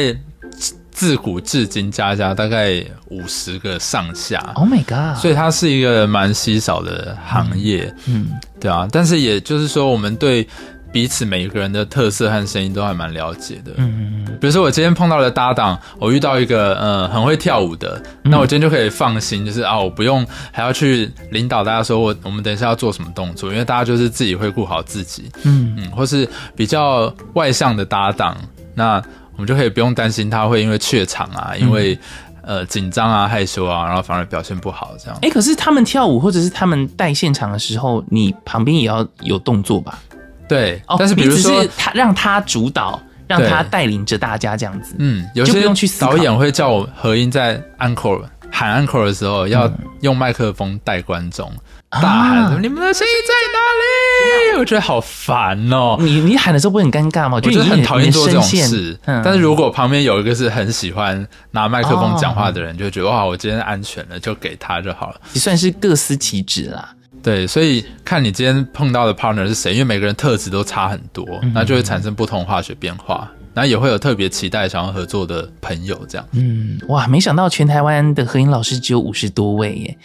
[SPEAKER 2] 自自古至今加一加大概五十个上下。
[SPEAKER 6] Oh my god！
[SPEAKER 2] 所以它是一个蛮稀少的行业，
[SPEAKER 6] 嗯，
[SPEAKER 2] 对啊。但是也就是说，我们对彼此每一个人的特色和声音都还蛮了解的，
[SPEAKER 6] 嗯
[SPEAKER 2] 比如说我今天碰到了搭档，我遇到一个呃很会跳舞的，那
[SPEAKER 6] 嗯
[SPEAKER 2] 我今天就可以放心，就是啊我不用还要去领导大家说我我们等一下要做什么动作，因为大家就是自己会顾好自己，
[SPEAKER 6] 嗯，
[SPEAKER 2] 嗯，或是比较外向的搭档，那我们就可以不用担心他会因为怯场啊，
[SPEAKER 6] 嗯
[SPEAKER 2] 因为、呃紧张啊害羞啊，然后反而表现不好这样。
[SPEAKER 6] 哎、可是他们跳舞或者是他们带现场的时候，你旁边也要有动作吧？
[SPEAKER 2] 对，
[SPEAKER 6] 哦，
[SPEAKER 2] 但是比如
[SPEAKER 6] 你
[SPEAKER 2] 说
[SPEAKER 6] 只是他让他主导，让
[SPEAKER 2] 对
[SPEAKER 6] 他带领着大家这样子。
[SPEAKER 2] 嗯，有
[SPEAKER 6] 就不
[SPEAKER 2] 些
[SPEAKER 6] 用去思考
[SPEAKER 2] 导演会叫我合音在 encore 喊 encore 的时候，要
[SPEAKER 6] 嗯
[SPEAKER 2] 用麦克风带观众、
[SPEAKER 6] 啊
[SPEAKER 2] 大喊说：“你们的声音在哪
[SPEAKER 6] 嗯
[SPEAKER 2] 里？”我觉得好烦哦。
[SPEAKER 6] 你你喊的时候不会很尴尬吗？
[SPEAKER 2] 我
[SPEAKER 6] 就
[SPEAKER 2] 觉得
[SPEAKER 6] 嗯你
[SPEAKER 2] 很讨厌做这种事，但是
[SPEAKER 6] 如
[SPEAKER 2] 如果旁边有一个是很喜欢拿麦克风讲话的人，就会觉得哇，我今天安全了，就给他就好了。
[SPEAKER 6] 也算是各司其职啦。
[SPEAKER 2] 对，所以看你今天碰到的 partner 是谁，因为每个人特质都差很多，
[SPEAKER 6] 嗯
[SPEAKER 2] 那就会产生不同化学变化，然后也会有特别期待想要合作的朋友这样。
[SPEAKER 6] 嗯，哇，没想到全台湾的合影老师只有五十多位耶！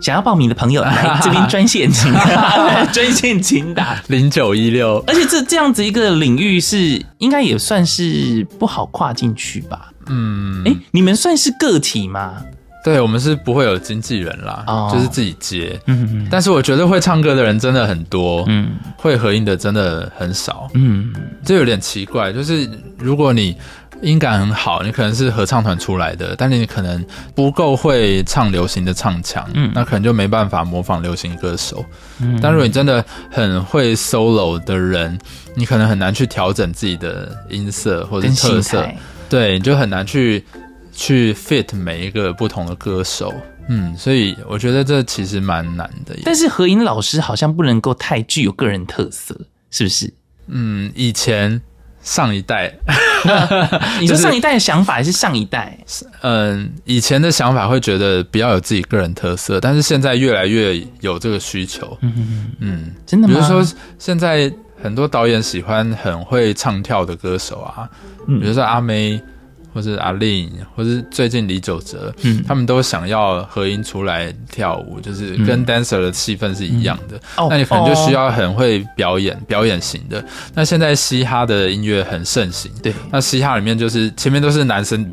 [SPEAKER 6] 想要报名的朋友来这边专线
[SPEAKER 2] <laughs>
[SPEAKER 6] 请打，专线请打。
[SPEAKER 2] 零九一六
[SPEAKER 6] 而且这这样子一个领域是应该也算是不好跨进去吧？嗯，哎、你们算是个体吗？
[SPEAKER 2] 对，我们是不会有经纪人啦，
[SPEAKER 6] 哦
[SPEAKER 2] 就是自己接。
[SPEAKER 6] 嗯
[SPEAKER 2] 但是我觉得会唱歌的人真的很多，
[SPEAKER 6] 嗯
[SPEAKER 2] 会合音的真的很少，
[SPEAKER 6] 嗯
[SPEAKER 2] 这有点奇怪。就是如果你音感很好，你可能是合唱团出来的，但是你可能不够会唱流行的唱腔，
[SPEAKER 6] 嗯
[SPEAKER 2] 那可能就没办法模仿流行歌手。
[SPEAKER 6] 嗯
[SPEAKER 2] 但如果你真的很会 solo 的人，你可能很难去调整自己的音色或者
[SPEAKER 6] 跟
[SPEAKER 2] 特
[SPEAKER 6] 心
[SPEAKER 2] 色，
[SPEAKER 6] 态，
[SPEAKER 2] 对，你就很难去去 fit 每一个不同的歌手，嗯，所以我觉得这其实蛮难的耶。
[SPEAKER 6] 但是合影老师好像不能够太具有个人特色，是不是？
[SPEAKER 2] 嗯，以前上一代， <laughs>
[SPEAKER 6] 你
[SPEAKER 2] 就
[SPEAKER 6] 说
[SPEAKER 2] 是
[SPEAKER 6] 上一代的想法还是上一代？
[SPEAKER 2] 嗯，以前的想法会觉得比较有自己个人特色，但是现在越来越有这个需求，
[SPEAKER 6] 嗯，
[SPEAKER 2] 嗯，
[SPEAKER 6] 真的
[SPEAKER 2] 比
[SPEAKER 6] 吗？
[SPEAKER 2] 如说现在很多导演喜欢很会唱跳的歌手啊，
[SPEAKER 6] 嗯
[SPEAKER 2] 比如说阿妹。或是阿令，或是最近李玖哲，
[SPEAKER 6] 嗯
[SPEAKER 2] 他们都想要合音出来跳舞，就是跟 dancer 的气氛是一样的。
[SPEAKER 6] 嗯哦
[SPEAKER 2] 那你可能就需要很会表演，表演型的。那现在嘻哈的音乐很盛行，
[SPEAKER 6] 对
[SPEAKER 2] 那嘻哈里面就是前面都是男生，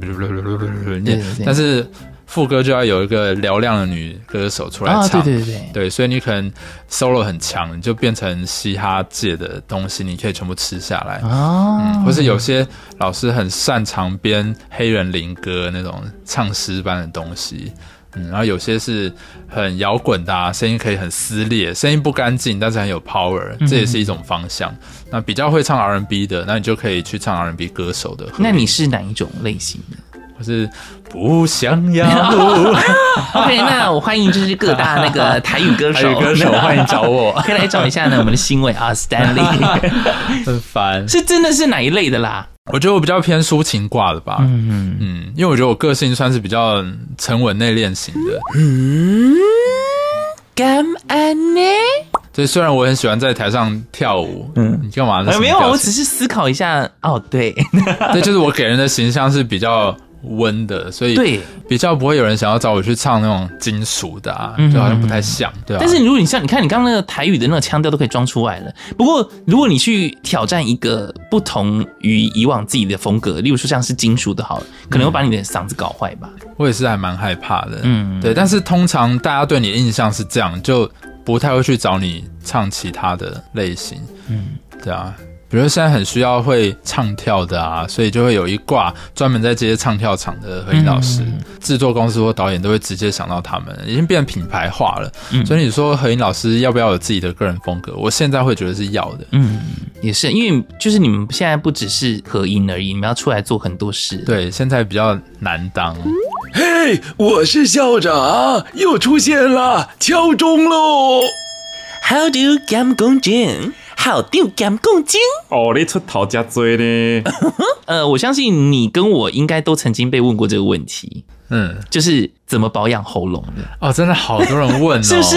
[SPEAKER 6] 对对
[SPEAKER 2] 但是副歌就要有一个嘹亮的女歌手出来
[SPEAKER 6] 啊，
[SPEAKER 2] 唱，
[SPEAKER 6] 对对对对，
[SPEAKER 2] 对，所以你可能 solo 很强，你就变成嘻哈界的东西，你可以全部吃下来。嗯
[SPEAKER 6] 啊，
[SPEAKER 2] 或是有些老师很擅长编黑人灵歌那种唱诗般的东西，嗯，然后有些是很摇滚的、啊，声音可以很撕裂，声音不干净，但是很有 power，这
[SPEAKER 6] 嗯
[SPEAKER 2] 也是一种方向。那比较会唱 R&B 的，那你就可以去唱 R&B 歌手的。
[SPEAKER 6] 那你是哪一种类型的
[SPEAKER 2] 或是不想要
[SPEAKER 6] <laughs> ？OK，那我欢迎就是各大那个台语歌
[SPEAKER 2] 还
[SPEAKER 6] 手，，
[SPEAKER 2] 有歌手，欢迎找我
[SPEAKER 6] <laughs> 可以来找一下呢我们的新伟啊
[SPEAKER 2] <laughs>
[SPEAKER 6] ，Stanley
[SPEAKER 2] 很烦。
[SPEAKER 6] 是真的是哪一类的啦？
[SPEAKER 2] 我觉得我比较偏抒情挂的吧，
[SPEAKER 6] 嗯，
[SPEAKER 2] 嗯，因为我觉得我个性算是比较沉稳内敛型的，
[SPEAKER 1] 感恩呢？
[SPEAKER 2] 所以虽然我很喜欢在台上跳舞，嗯，你干嘛呢？
[SPEAKER 6] 呃没有，
[SPEAKER 2] 什么表
[SPEAKER 6] 我
[SPEAKER 2] 情
[SPEAKER 6] 只是思考一下。哦，对
[SPEAKER 2] 对，就是我给人的形象是比较温的，所以
[SPEAKER 6] 对，
[SPEAKER 2] 比较不会有人想要找我去唱那种金属的啊，
[SPEAKER 6] 嗯
[SPEAKER 2] 就好像不太像，对啊。
[SPEAKER 6] 但是如果你像你看你刚刚那个台语的那个腔调都可以装出来了。不过如果你去挑战一个不同于以往自己的风格，例如说像是金属的好了，可能会把你的嗓子搞坏吧。
[SPEAKER 2] 我也是还蛮害怕的，
[SPEAKER 6] 嗯
[SPEAKER 2] 嗯，对。但是通常大家对你的印象是这样，就不太会去找你唱其他的类型，
[SPEAKER 6] 嗯
[SPEAKER 2] 嗯，对啊。比如现在很需要会唱跳的啊，所以就会有一挂专门在接唱跳场的合音老师、制作公司或导演都会直接想到他们，已经变品牌化了。所以你说合音老师要不要有自己的个人风格？我现在会觉得是要的，
[SPEAKER 6] 嗯，也是，因为就是你们现在不只是合音而已，你们要出来做很多事。，
[SPEAKER 2] 对，现在比较难当。
[SPEAKER 3] 嘿，我是校长，又出现了，敲钟喽！How do you come 公正？好丢感共精。
[SPEAKER 7] 哦，你出头加追呢？
[SPEAKER 6] 呃，我相信你跟我应该都曾经被问过这个问题，
[SPEAKER 2] 嗯，
[SPEAKER 6] 就是怎么保养喉咙的，
[SPEAKER 2] 哦，真的好多人 <laughs> 问哦，
[SPEAKER 6] 是不是？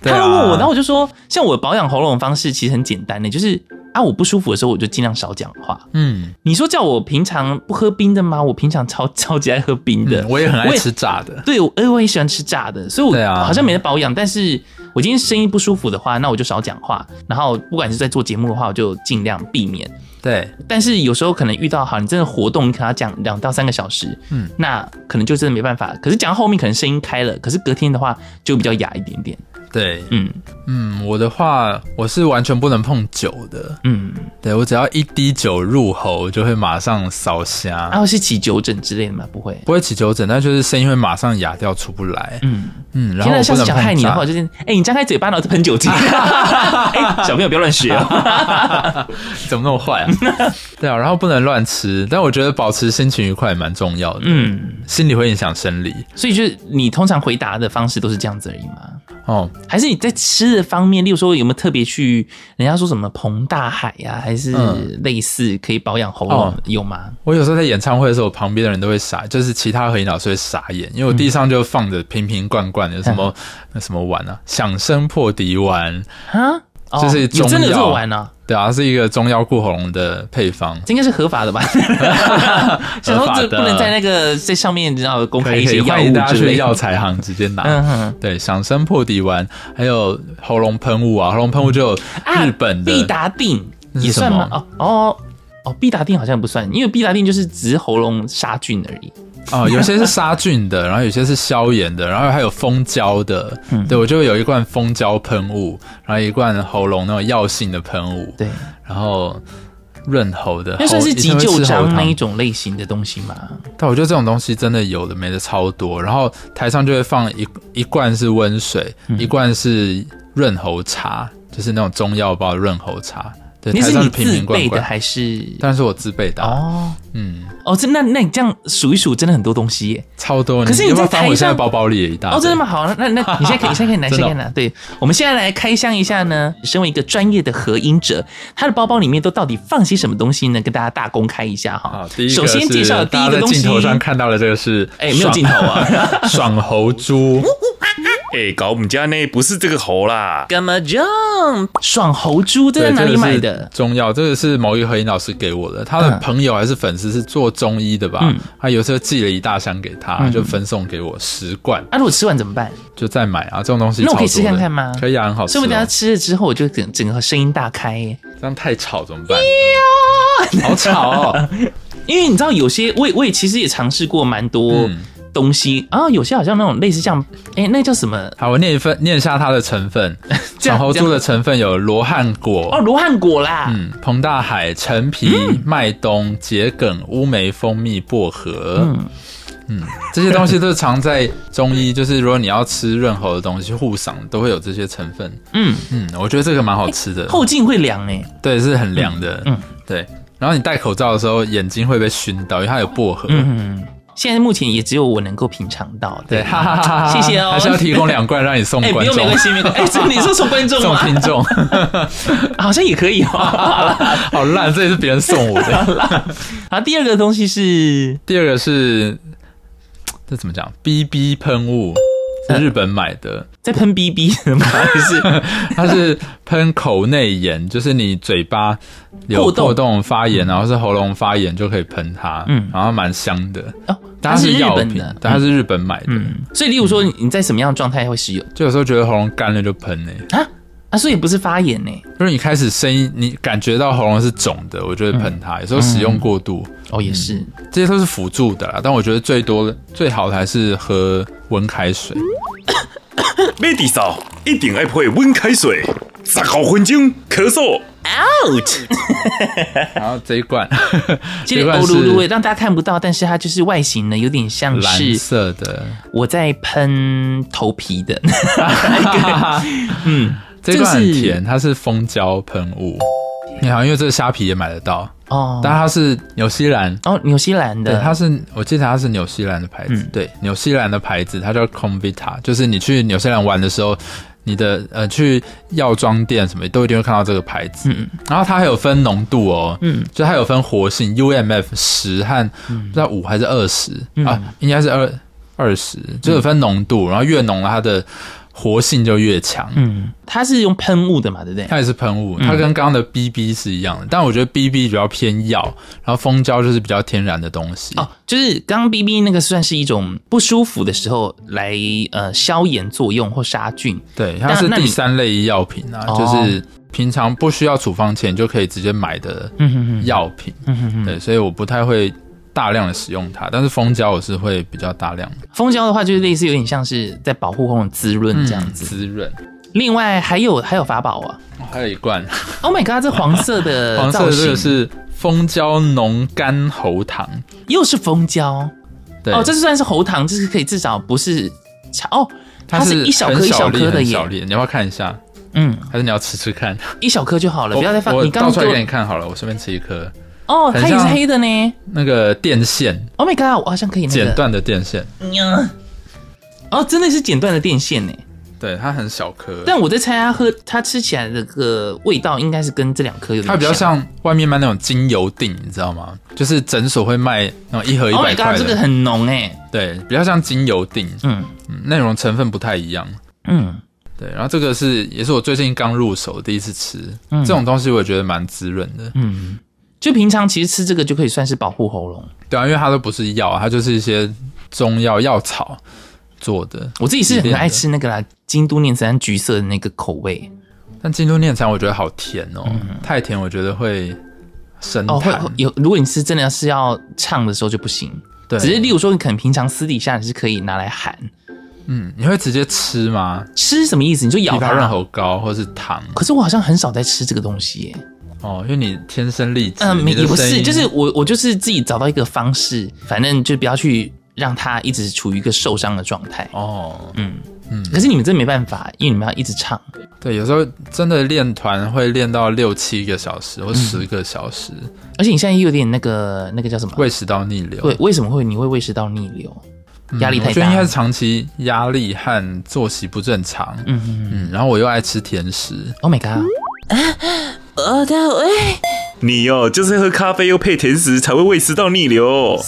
[SPEAKER 2] 对
[SPEAKER 6] 他
[SPEAKER 2] 啊
[SPEAKER 6] 们问我，然后我就说，像我保养喉咙的方式其实很简单的，就是啊，我不舒服的时候我就尽量少讲话。
[SPEAKER 2] 嗯，
[SPEAKER 6] 你说叫我平常不喝冰的吗？我平常超超级爱喝冰的，
[SPEAKER 2] 嗯我也很爱吃炸的，
[SPEAKER 6] 对，我呃我也喜欢吃炸的，所以
[SPEAKER 2] 对
[SPEAKER 6] 我
[SPEAKER 2] 啊
[SPEAKER 6] 好像没得保养。但是我今天声音不舒服的话，那我就少讲话。然后不管是在做节目的话，我就尽量避免。
[SPEAKER 2] 对，
[SPEAKER 6] 但是有时候可能遇到好，你真的活动，你可能要讲两到三个小时，
[SPEAKER 2] 嗯
[SPEAKER 6] 嗯，那可能就真的没办法。可是讲到后面可能声音开了，可是隔天的话就比较哑一点点。
[SPEAKER 2] 对，
[SPEAKER 6] 嗯
[SPEAKER 2] 嗯，我的话我是完全不能碰酒的，
[SPEAKER 6] 嗯，
[SPEAKER 2] 对我只要一滴酒入喉，我就会马上烧瞎，
[SPEAKER 6] 然后是起酒疹之类的吗？不会。
[SPEAKER 2] 不会起酒疹，但就是声音会马上哑掉，出不来。
[SPEAKER 6] 嗯，
[SPEAKER 2] 嗯，然
[SPEAKER 6] 现
[SPEAKER 2] 后
[SPEAKER 6] 在
[SPEAKER 2] 我
[SPEAKER 6] 下
[SPEAKER 2] 不
[SPEAKER 6] 次
[SPEAKER 2] 能
[SPEAKER 6] 想
[SPEAKER 2] 碰
[SPEAKER 6] 害你的
[SPEAKER 2] 炸
[SPEAKER 6] 话，就是哎、你张开嘴巴，然
[SPEAKER 2] <laughs>
[SPEAKER 6] 后就喷酒精。哎、小朋友不要乱学哦。
[SPEAKER 2] 怎么那么坏啊？
[SPEAKER 6] <laughs>
[SPEAKER 2] 对啊，然后不能乱吃，但我觉得保持心情愉快也蛮重要的。嗯，
[SPEAKER 6] 嗯，
[SPEAKER 2] 心理会影响生理。
[SPEAKER 6] 所以就是你通常回答的方式都是这样子而已吗？
[SPEAKER 2] 哦，
[SPEAKER 6] 还是你在吃的方面，例如说有没有特别去人家说什么彭大海呀、还是
[SPEAKER 2] 嗯
[SPEAKER 6] 类似可以保养喉咙、
[SPEAKER 2] 哦
[SPEAKER 6] 有吗？
[SPEAKER 2] 我有时候在演唱会的时候，旁边的人都会傻，就是其他合音老师会傻眼，因为我地上就放着瓶瓶罐罐，有什
[SPEAKER 6] 嗯
[SPEAKER 2] 么、那什么丸啊，响声破笛丸，
[SPEAKER 6] 啊，哦
[SPEAKER 2] 就是
[SPEAKER 6] 有
[SPEAKER 2] 中
[SPEAKER 6] 真的有这
[SPEAKER 2] 药
[SPEAKER 6] 么玩呢、啊？
[SPEAKER 2] 对啊，它是一个中药固喉咙的配方。
[SPEAKER 6] 这应该是合
[SPEAKER 2] <laughs>
[SPEAKER 6] 法的吧？想说这不能在那个在上面然后公开
[SPEAKER 2] 可
[SPEAKER 6] 一
[SPEAKER 2] 以可
[SPEAKER 6] 些
[SPEAKER 2] 以，
[SPEAKER 6] 药
[SPEAKER 2] 欢迎大
[SPEAKER 6] 物
[SPEAKER 2] 家
[SPEAKER 6] 之
[SPEAKER 2] 去
[SPEAKER 6] 类
[SPEAKER 2] 药
[SPEAKER 6] 的。
[SPEAKER 2] 材行直接拿。
[SPEAKER 6] 嗯哼，
[SPEAKER 2] 对，响声破底丸，还有喉咙喷雾啊，喉咙喷雾就有
[SPEAKER 6] 啊
[SPEAKER 2] 日本的，
[SPEAKER 6] 必达定
[SPEAKER 2] 那是
[SPEAKER 6] 也算吗
[SPEAKER 2] 什？
[SPEAKER 6] 哦哦哦，必达定好像不算，因为必达定就是只是喉咙杀菌而已。
[SPEAKER 2] 哦，有些是杀菌的， <laughs> 然后有些是消炎的，然后还有蜂胶的。
[SPEAKER 6] 嗯
[SPEAKER 2] 对，我就有一罐蜂胶喷雾，然后一罐喉咙那种药性的喷雾，
[SPEAKER 6] 对，
[SPEAKER 2] 然后润喉的。
[SPEAKER 6] 那算是
[SPEAKER 2] 喉以前
[SPEAKER 6] 急
[SPEAKER 2] 会吃
[SPEAKER 6] 救
[SPEAKER 2] 喉
[SPEAKER 6] 章那
[SPEAKER 2] 糖
[SPEAKER 6] 一种类型的东西吗？
[SPEAKER 2] 但我觉得这种东西真的有的没的超多，然后台上就会放一一罐是温水，
[SPEAKER 6] 嗯
[SPEAKER 2] 一罐是润喉茶，就是那种中药包的润喉茶。对，
[SPEAKER 6] 你
[SPEAKER 2] 台
[SPEAKER 6] 是
[SPEAKER 2] 上
[SPEAKER 6] 你
[SPEAKER 2] 瓶
[SPEAKER 6] 自
[SPEAKER 2] 瓶罐
[SPEAKER 6] 备的
[SPEAKER 2] 罐，
[SPEAKER 6] 还是？
[SPEAKER 2] <laughs> 但是我自备的啊、
[SPEAKER 6] 哦
[SPEAKER 2] 嗯，
[SPEAKER 6] 哦，这那那你这样数一数，真的很多东西耶。
[SPEAKER 2] 超多。
[SPEAKER 6] 可是
[SPEAKER 2] 你
[SPEAKER 6] 你
[SPEAKER 2] 要不要
[SPEAKER 6] 在台
[SPEAKER 2] 翻我现在
[SPEAKER 6] 上
[SPEAKER 2] 包包里也一大
[SPEAKER 6] 哦，真的
[SPEAKER 2] 堆
[SPEAKER 6] 吗？好，那那那你现在可以，你现在可以拿，
[SPEAKER 2] 真
[SPEAKER 6] 现
[SPEAKER 2] 的
[SPEAKER 6] 在
[SPEAKER 2] 哦
[SPEAKER 6] 可以拿。对，我们现在来开箱一下呢。身为一个专业的合音者，他的包包里面都到底放些什么东西呢？跟大家大公开一下哈
[SPEAKER 2] 好，。第一个
[SPEAKER 6] 首先介绍的
[SPEAKER 2] 是
[SPEAKER 6] 第一个东西
[SPEAKER 2] 大家在镜，头上看到的这个是，
[SPEAKER 6] 哎，没有镜头啊。
[SPEAKER 2] 爽， <laughs> 爽喉
[SPEAKER 6] <laughs>
[SPEAKER 2] 珠，
[SPEAKER 3] <laughs> 哎、搞我们家那不是这个猴啦，
[SPEAKER 6] 干嘛 jump？爽猴珠这
[SPEAKER 2] 对，
[SPEAKER 6] 在哪里买
[SPEAKER 2] 这个是
[SPEAKER 6] 的？
[SPEAKER 2] 中药，这个是毛玉和音老师给我的，他的朋友还是粉丝是做中医的吧？
[SPEAKER 6] 嗯
[SPEAKER 2] 他有时候寄了一大箱给他，就分送给我十罐，
[SPEAKER 6] 啊，如果吃完怎么办？
[SPEAKER 2] 就再买啊，这种东西
[SPEAKER 6] 那我可以
[SPEAKER 2] 超多的
[SPEAKER 6] 吃看看吗
[SPEAKER 2] 可以啊，很好吃
[SPEAKER 6] 所
[SPEAKER 2] 哦。
[SPEAKER 6] 以我等下吃了之后，我就整整个声音大开耶。
[SPEAKER 2] 这样太吵怎么办？好吵哦！
[SPEAKER 6] 因为你知道，有些我也我也其实也尝试过蛮多
[SPEAKER 2] 嗯
[SPEAKER 6] 东西、啊，有些好像那种类似像哎、那叫什么
[SPEAKER 2] 好，我念一份，念一下它的成分。
[SPEAKER 6] <laughs> 这
[SPEAKER 2] 小
[SPEAKER 6] 样
[SPEAKER 2] 猴
[SPEAKER 6] 这样
[SPEAKER 2] 珠的成分有罗汉
[SPEAKER 6] 哦，
[SPEAKER 2] 果、
[SPEAKER 6] 罗汉果啦，
[SPEAKER 2] 嗯，彭大海、陈皮、
[SPEAKER 6] 嗯
[SPEAKER 2] 麦冬、桔梗、乌梅、蜂蜜、薄荷，嗯
[SPEAKER 6] 嗯
[SPEAKER 2] 这些东西都是常在中医，就是如果你要吃润喉的东西、护嗓，都会有这些成分。
[SPEAKER 6] 嗯，
[SPEAKER 2] 嗯，我觉得这个蛮好吃的，
[SPEAKER 6] 后劲会凉哎、
[SPEAKER 2] 对，是很凉的，嗯
[SPEAKER 6] 嗯，
[SPEAKER 2] 对。然后你戴口罩的时候，眼睛会被熏到，因为它有薄荷。
[SPEAKER 6] 嗯，现在目前也只有我能够品尝到，
[SPEAKER 2] 对，哈哈哈哈哈！
[SPEAKER 6] 谢谢哦
[SPEAKER 2] 还是要提供两罐让你送
[SPEAKER 6] <laughs> 哎、不
[SPEAKER 2] 观
[SPEAKER 6] 用
[SPEAKER 2] 众
[SPEAKER 6] 没、关系，没关系。哎、这你说送观
[SPEAKER 2] <laughs>
[SPEAKER 6] 众
[SPEAKER 2] 送
[SPEAKER 6] 吗？
[SPEAKER 2] 听众。
[SPEAKER 6] 好像也可以哦。
[SPEAKER 2] <laughs>
[SPEAKER 6] 好啦
[SPEAKER 2] 好烂，这也是别人送我的。
[SPEAKER 6] 好，第二个东西是
[SPEAKER 2] 第二个是，这怎么讲？BB 喷雾是
[SPEAKER 6] 嗯
[SPEAKER 2] 日本买的，
[SPEAKER 6] 在喷 BB
[SPEAKER 2] <laughs>
[SPEAKER 6] 的吗？还是
[SPEAKER 2] 它是喷口内炎，就是你嘴巴有
[SPEAKER 6] 破洞
[SPEAKER 2] 破洞发炎，然后是喉咙发炎就可以喷它，嗯
[SPEAKER 6] 嗯，
[SPEAKER 2] 然后蛮香的。
[SPEAKER 6] 哦，
[SPEAKER 2] 但它
[SPEAKER 6] 它是日
[SPEAKER 2] 药
[SPEAKER 6] 本
[SPEAKER 2] 品
[SPEAKER 6] 的，，
[SPEAKER 2] 但它是日本买的，
[SPEAKER 6] 嗯，所以例如说你在什么样的状态会使用
[SPEAKER 2] 就有时候觉得喉咙干了就喷呢、
[SPEAKER 6] 啊？啊，所以不是发炎呢、
[SPEAKER 2] 就是你开始声音，你感觉到喉咙是肿的，我就会喷
[SPEAKER 6] 嗯
[SPEAKER 2] 它。有时候使用过度，
[SPEAKER 6] 哦，也是。
[SPEAKER 2] 这些都是辅助的啦。但我觉得最多最好的还是喝温开水。
[SPEAKER 6] 嗯
[SPEAKER 3] 麦迪嫂一定爱配温开水，十五分钟咳嗽。
[SPEAKER 2] 然后这一罐，
[SPEAKER 6] 这
[SPEAKER 2] 一
[SPEAKER 6] 个
[SPEAKER 2] 罐
[SPEAKER 6] 欧噜噜味
[SPEAKER 2] 是
[SPEAKER 6] 让大家看不到，但是它就是外形呢，有点像
[SPEAKER 2] 蓝
[SPEAKER 6] 是
[SPEAKER 2] 色的，
[SPEAKER 6] 我在喷头皮
[SPEAKER 2] <laughs>
[SPEAKER 6] 的一个，嗯，
[SPEAKER 2] 这一罐很
[SPEAKER 6] 这是
[SPEAKER 2] 甜，它是蜂胶喷雾。你好，因为这个虾皮也买得到，
[SPEAKER 6] 哦，
[SPEAKER 2] 但它是纽西兰，
[SPEAKER 6] 哦，纽西兰
[SPEAKER 2] 对，
[SPEAKER 6] 的，
[SPEAKER 2] 它是我记得它是纽西兰的牌子，
[SPEAKER 6] 嗯
[SPEAKER 2] 对，纽西兰的牌子，它叫 Convita，就是你去纽西兰玩的时候，你的呃去药妆店什么都一定会看到这个牌子。
[SPEAKER 6] 嗯
[SPEAKER 2] 然后它还有分浓度哦，
[SPEAKER 6] 嗯
[SPEAKER 2] 就它有分活性 UMF 十和不知道五还是二十、
[SPEAKER 6] 嗯
[SPEAKER 2] 啊，应该是二二十，就有分浓度，然后越浓了它的活性就越强。
[SPEAKER 6] 嗯，它是用喷雾的嘛，对不对？
[SPEAKER 2] 它也是喷雾，
[SPEAKER 6] 嗯
[SPEAKER 2] 它跟刚刚的 BB 是一样的，但我觉得 BB 比较偏药，然后蜂胶就是比较天然的东西。
[SPEAKER 6] 哦，就是刚刚 B B 那个算是一种不舒服的时候来呃消炎作用或杀菌，
[SPEAKER 2] 对，它
[SPEAKER 6] 但
[SPEAKER 2] 是
[SPEAKER 6] 那
[SPEAKER 2] 第
[SPEAKER 6] 你
[SPEAKER 2] 三类药品啊，
[SPEAKER 6] 哦
[SPEAKER 2] 就是平常不需要处方前就可以直接买的
[SPEAKER 6] 嗯
[SPEAKER 2] 药品。对，所以我不太会大量的使用它，但是蜂胶我是会比较大量的
[SPEAKER 6] 蜂胶的话就是类似有点像是在保护喉咙滋润这样子。
[SPEAKER 2] 嗯滋润。
[SPEAKER 6] 另外还有还有法宝啊
[SPEAKER 2] 还有一罐
[SPEAKER 6] ，Oh my god，这黄色的
[SPEAKER 2] <laughs> 黄色
[SPEAKER 6] 呃
[SPEAKER 2] 的
[SPEAKER 6] 造
[SPEAKER 2] 这
[SPEAKER 6] 型
[SPEAKER 2] 个是蜂胶浓甘喉糖，
[SPEAKER 6] 又是蜂胶
[SPEAKER 2] 对，
[SPEAKER 6] 哦，这算是喉糖，这是可以至少不是茶哦，它
[SPEAKER 2] 是
[SPEAKER 6] 一小颗
[SPEAKER 2] 很
[SPEAKER 6] 一小
[SPEAKER 2] 粒
[SPEAKER 6] 颗的
[SPEAKER 2] 很小
[SPEAKER 6] 耶，
[SPEAKER 2] 粒，你要不要看一下？
[SPEAKER 6] 嗯，
[SPEAKER 2] 还是你要吃吃看？
[SPEAKER 6] 一小颗就好了，
[SPEAKER 2] 我
[SPEAKER 6] 不要再放。
[SPEAKER 2] 我
[SPEAKER 6] 你刚
[SPEAKER 2] 倒
[SPEAKER 6] 刚
[SPEAKER 2] 出
[SPEAKER 6] 给
[SPEAKER 2] 来
[SPEAKER 6] 我
[SPEAKER 2] 给你看好了，我顺便吃一颗。
[SPEAKER 6] 哦，
[SPEAKER 2] 很
[SPEAKER 6] 它也是
[SPEAKER 2] 像
[SPEAKER 6] 黑的呢。
[SPEAKER 2] 那个电线，
[SPEAKER 6] Oh my god，我好像可以那个
[SPEAKER 2] 剪断的电线，
[SPEAKER 6] 呀哦，真的是剪断的电线呢。
[SPEAKER 2] 对，它很小颗，
[SPEAKER 6] 但我在猜它喝它吃起来的个味道应该是跟这两颗有点
[SPEAKER 2] 它比较
[SPEAKER 6] 像。
[SPEAKER 2] 像外面卖那种精油锭，你知道吗？就是诊所会卖那种一盒一
[SPEAKER 6] Oh
[SPEAKER 2] 百
[SPEAKER 6] my
[SPEAKER 2] 块
[SPEAKER 6] god，
[SPEAKER 2] 的，
[SPEAKER 6] 这个很浓哎、
[SPEAKER 2] 对，比较像精油锭，
[SPEAKER 6] 嗯
[SPEAKER 2] 嗯内容成分不太一样。
[SPEAKER 6] 嗯
[SPEAKER 2] 对，然后这个是也是我最近刚入手，第一次吃、
[SPEAKER 6] 嗯
[SPEAKER 2] 这种东西，我也觉得蛮滋润的。
[SPEAKER 6] 嗯，就平常其实吃这个就可以算是保护喉咙。
[SPEAKER 2] 对啊，因为它都不是药，它就是一些中药药草做的。
[SPEAKER 6] 我自己是很爱吃那个啦，京都念慈庵橘色的那个口味
[SPEAKER 2] 但京都念禅我觉得好甜哦，太甜我觉得会生
[SPEAKER 6] 嗯哦，会
[SPEAKER 2] 痰。
[SPEAKER 6] 有。如果你是真的是要唱的时候就不行，
[SPEAKER 2] 对，
[SPEAKER 6] 只是例如说你可能平常私底下你是可以拿来含
[SPEAKER 2] 嗯，你会直接吃吗？
[SPEAKER 6] 吃，什么意思？你就咬
[SPEAKER 2] 枇杷润
[SPEAKER 6] 它。
[SPEAKER 2] 喉膏或是糖
[SPEAKER 6] 可是我好像很少在吃这个东西耶、
[SPEAKER 2] 哦，因为你天生丽质，
[SPEAKER 6] 嗯，没
[SPEAKER 2] 你的
[SPEAKER 6] 也不
[SPEAKER 2] 声
[SPEAKER 6] 是，
[SPEAKER 2] 音
[SPEAKER 6] 就是我我就是自己找到一个方式，反正就不要去让它一直处于一个受伤的状态。
[SPEAKER 2] 哦，
[SPEAKER 6] 嗯
[SPEAKER 2] 嗯
[SPEAKER 6] 嗯，可是你们真没办法，因为你们要一直唱。
[SPEAKER 2] 对，有时候真的练团会练到六七个小时或十个小时，
[SPEAKER 6] 而且你现在有点那个那个叫什么？
[SPEAKER 2] 胃食道逆流。
[SPEAKER 6] 嗯对，为什么会你会胃食道逆流？压力
[SPEAKER 2] 嗯我
[SPEAKER 6] 太
[SPEAKER 2] 觉得
[SPEAKER 6] 大
[SPEAKER 2] 应该是长期压力和作息不正常。嗯
[SPEAKER 6] 嗯
[SPEAKER 2] 嗯，然后我又爱吃甜食，
[SPEAKER 6] ，Oh my god！
[SPEAKER 1] 我的胃，
[SPEAKER 3] 你哦，就是喝咖啡又配甜食才会胃食道逆流哦。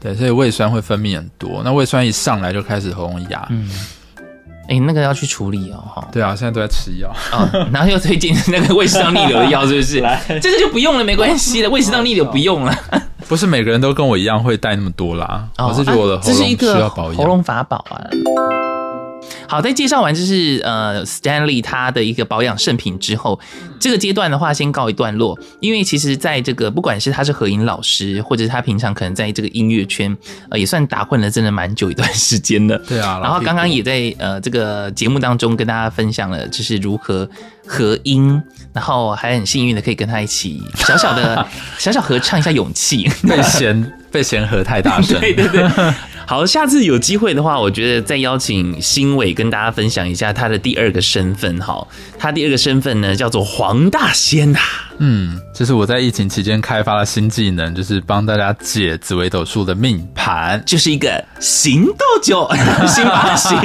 [SPEAKER 2] 对，所以胃酸会分泌很多。那胃酸一上来就开始喉咙哑。
[SPEAKER 6] 嗯哎、那个要去处理哦，哈、
[SPEAKER 2] 对啊，现在都在吃药。
[SPEAKER 6] 嗯，然后又推荐那个胃食道逆流的药，是不 <laughs> 是？这个就不用了，没关系了，胃食道逆流不用了。
[SPEAKER 2] 不是每个人都跟我一样会带那么多啦，啊我是觉得我的
[SPEAKER 6] 啊
[SPEAKER 2] 喉
[SPEAKER 6] 这是
[SPEAKER 2] 咙
[SPEAKER 6] 一
[SPEAKER 2] 需
[SPEAKER 6] 个
[SPEAKER 2] 要保
[SPEAKER 6] 喉
[SPEAKER 2] 养。
[SPEAKER 6] 咙法宝啊。好，在介绍完就是呃 Stanley 他的一个保养圣品之后，这个阶段的话先告一段落，因为其实在这个不管是他是合音老师，或者是他平常可能在这个音乐圈呃也算打混了真的蛮久一段时间的，
[SPEAKER 2] 对啊，
[SPEAKER 6] 然
[SPEAKER 2] 老
[SPEAKER 6] 后
[SPEAKER 2] 屁
[SPEAKER 6] 刚刚
[SPEAKER 2] 股
[SPEAKER 6] 也在呃这个节目当中跟大家分享了，就是如何合音，然后还很幸运的可以跟他一起小小 <laughs> 的小小合唱一下勇气。
[SPEAKER 2] <laughs> 被嫌被嫌和太大声。
[SPEAKER 6] <laughs> 对对对，好，下次有机会的话，我觉得再邀请新伟跟大家分享一下他的第二个身份。哈，他第二个身份呢叫做黄大仙啊呐、
[SPEAKER 2] 嗯，这是我在疫情期间开发的新技能，就是帮大家解紫微斗数的命盘。
[SPEAKER 6] 就是一个行斗酒， <laughs> 行吧行。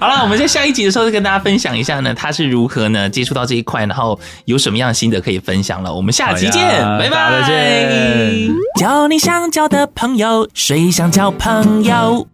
[SPEAKER 6] 好了，我们在下一集的时候再跟大家分享一下呢，他是如何呢接触到这一块，然后有什么样的心得可以分享了。我们下期见
[SPEAKER 2] 哎好呀，
[SPEAKER 6] 拜
[SPEAKER 2] 大
[SPEAKER 6] 拜，
[SPEAKER 2] 家再见
[SPEAKER 6] 交你想交的朋友，谁想交朋友？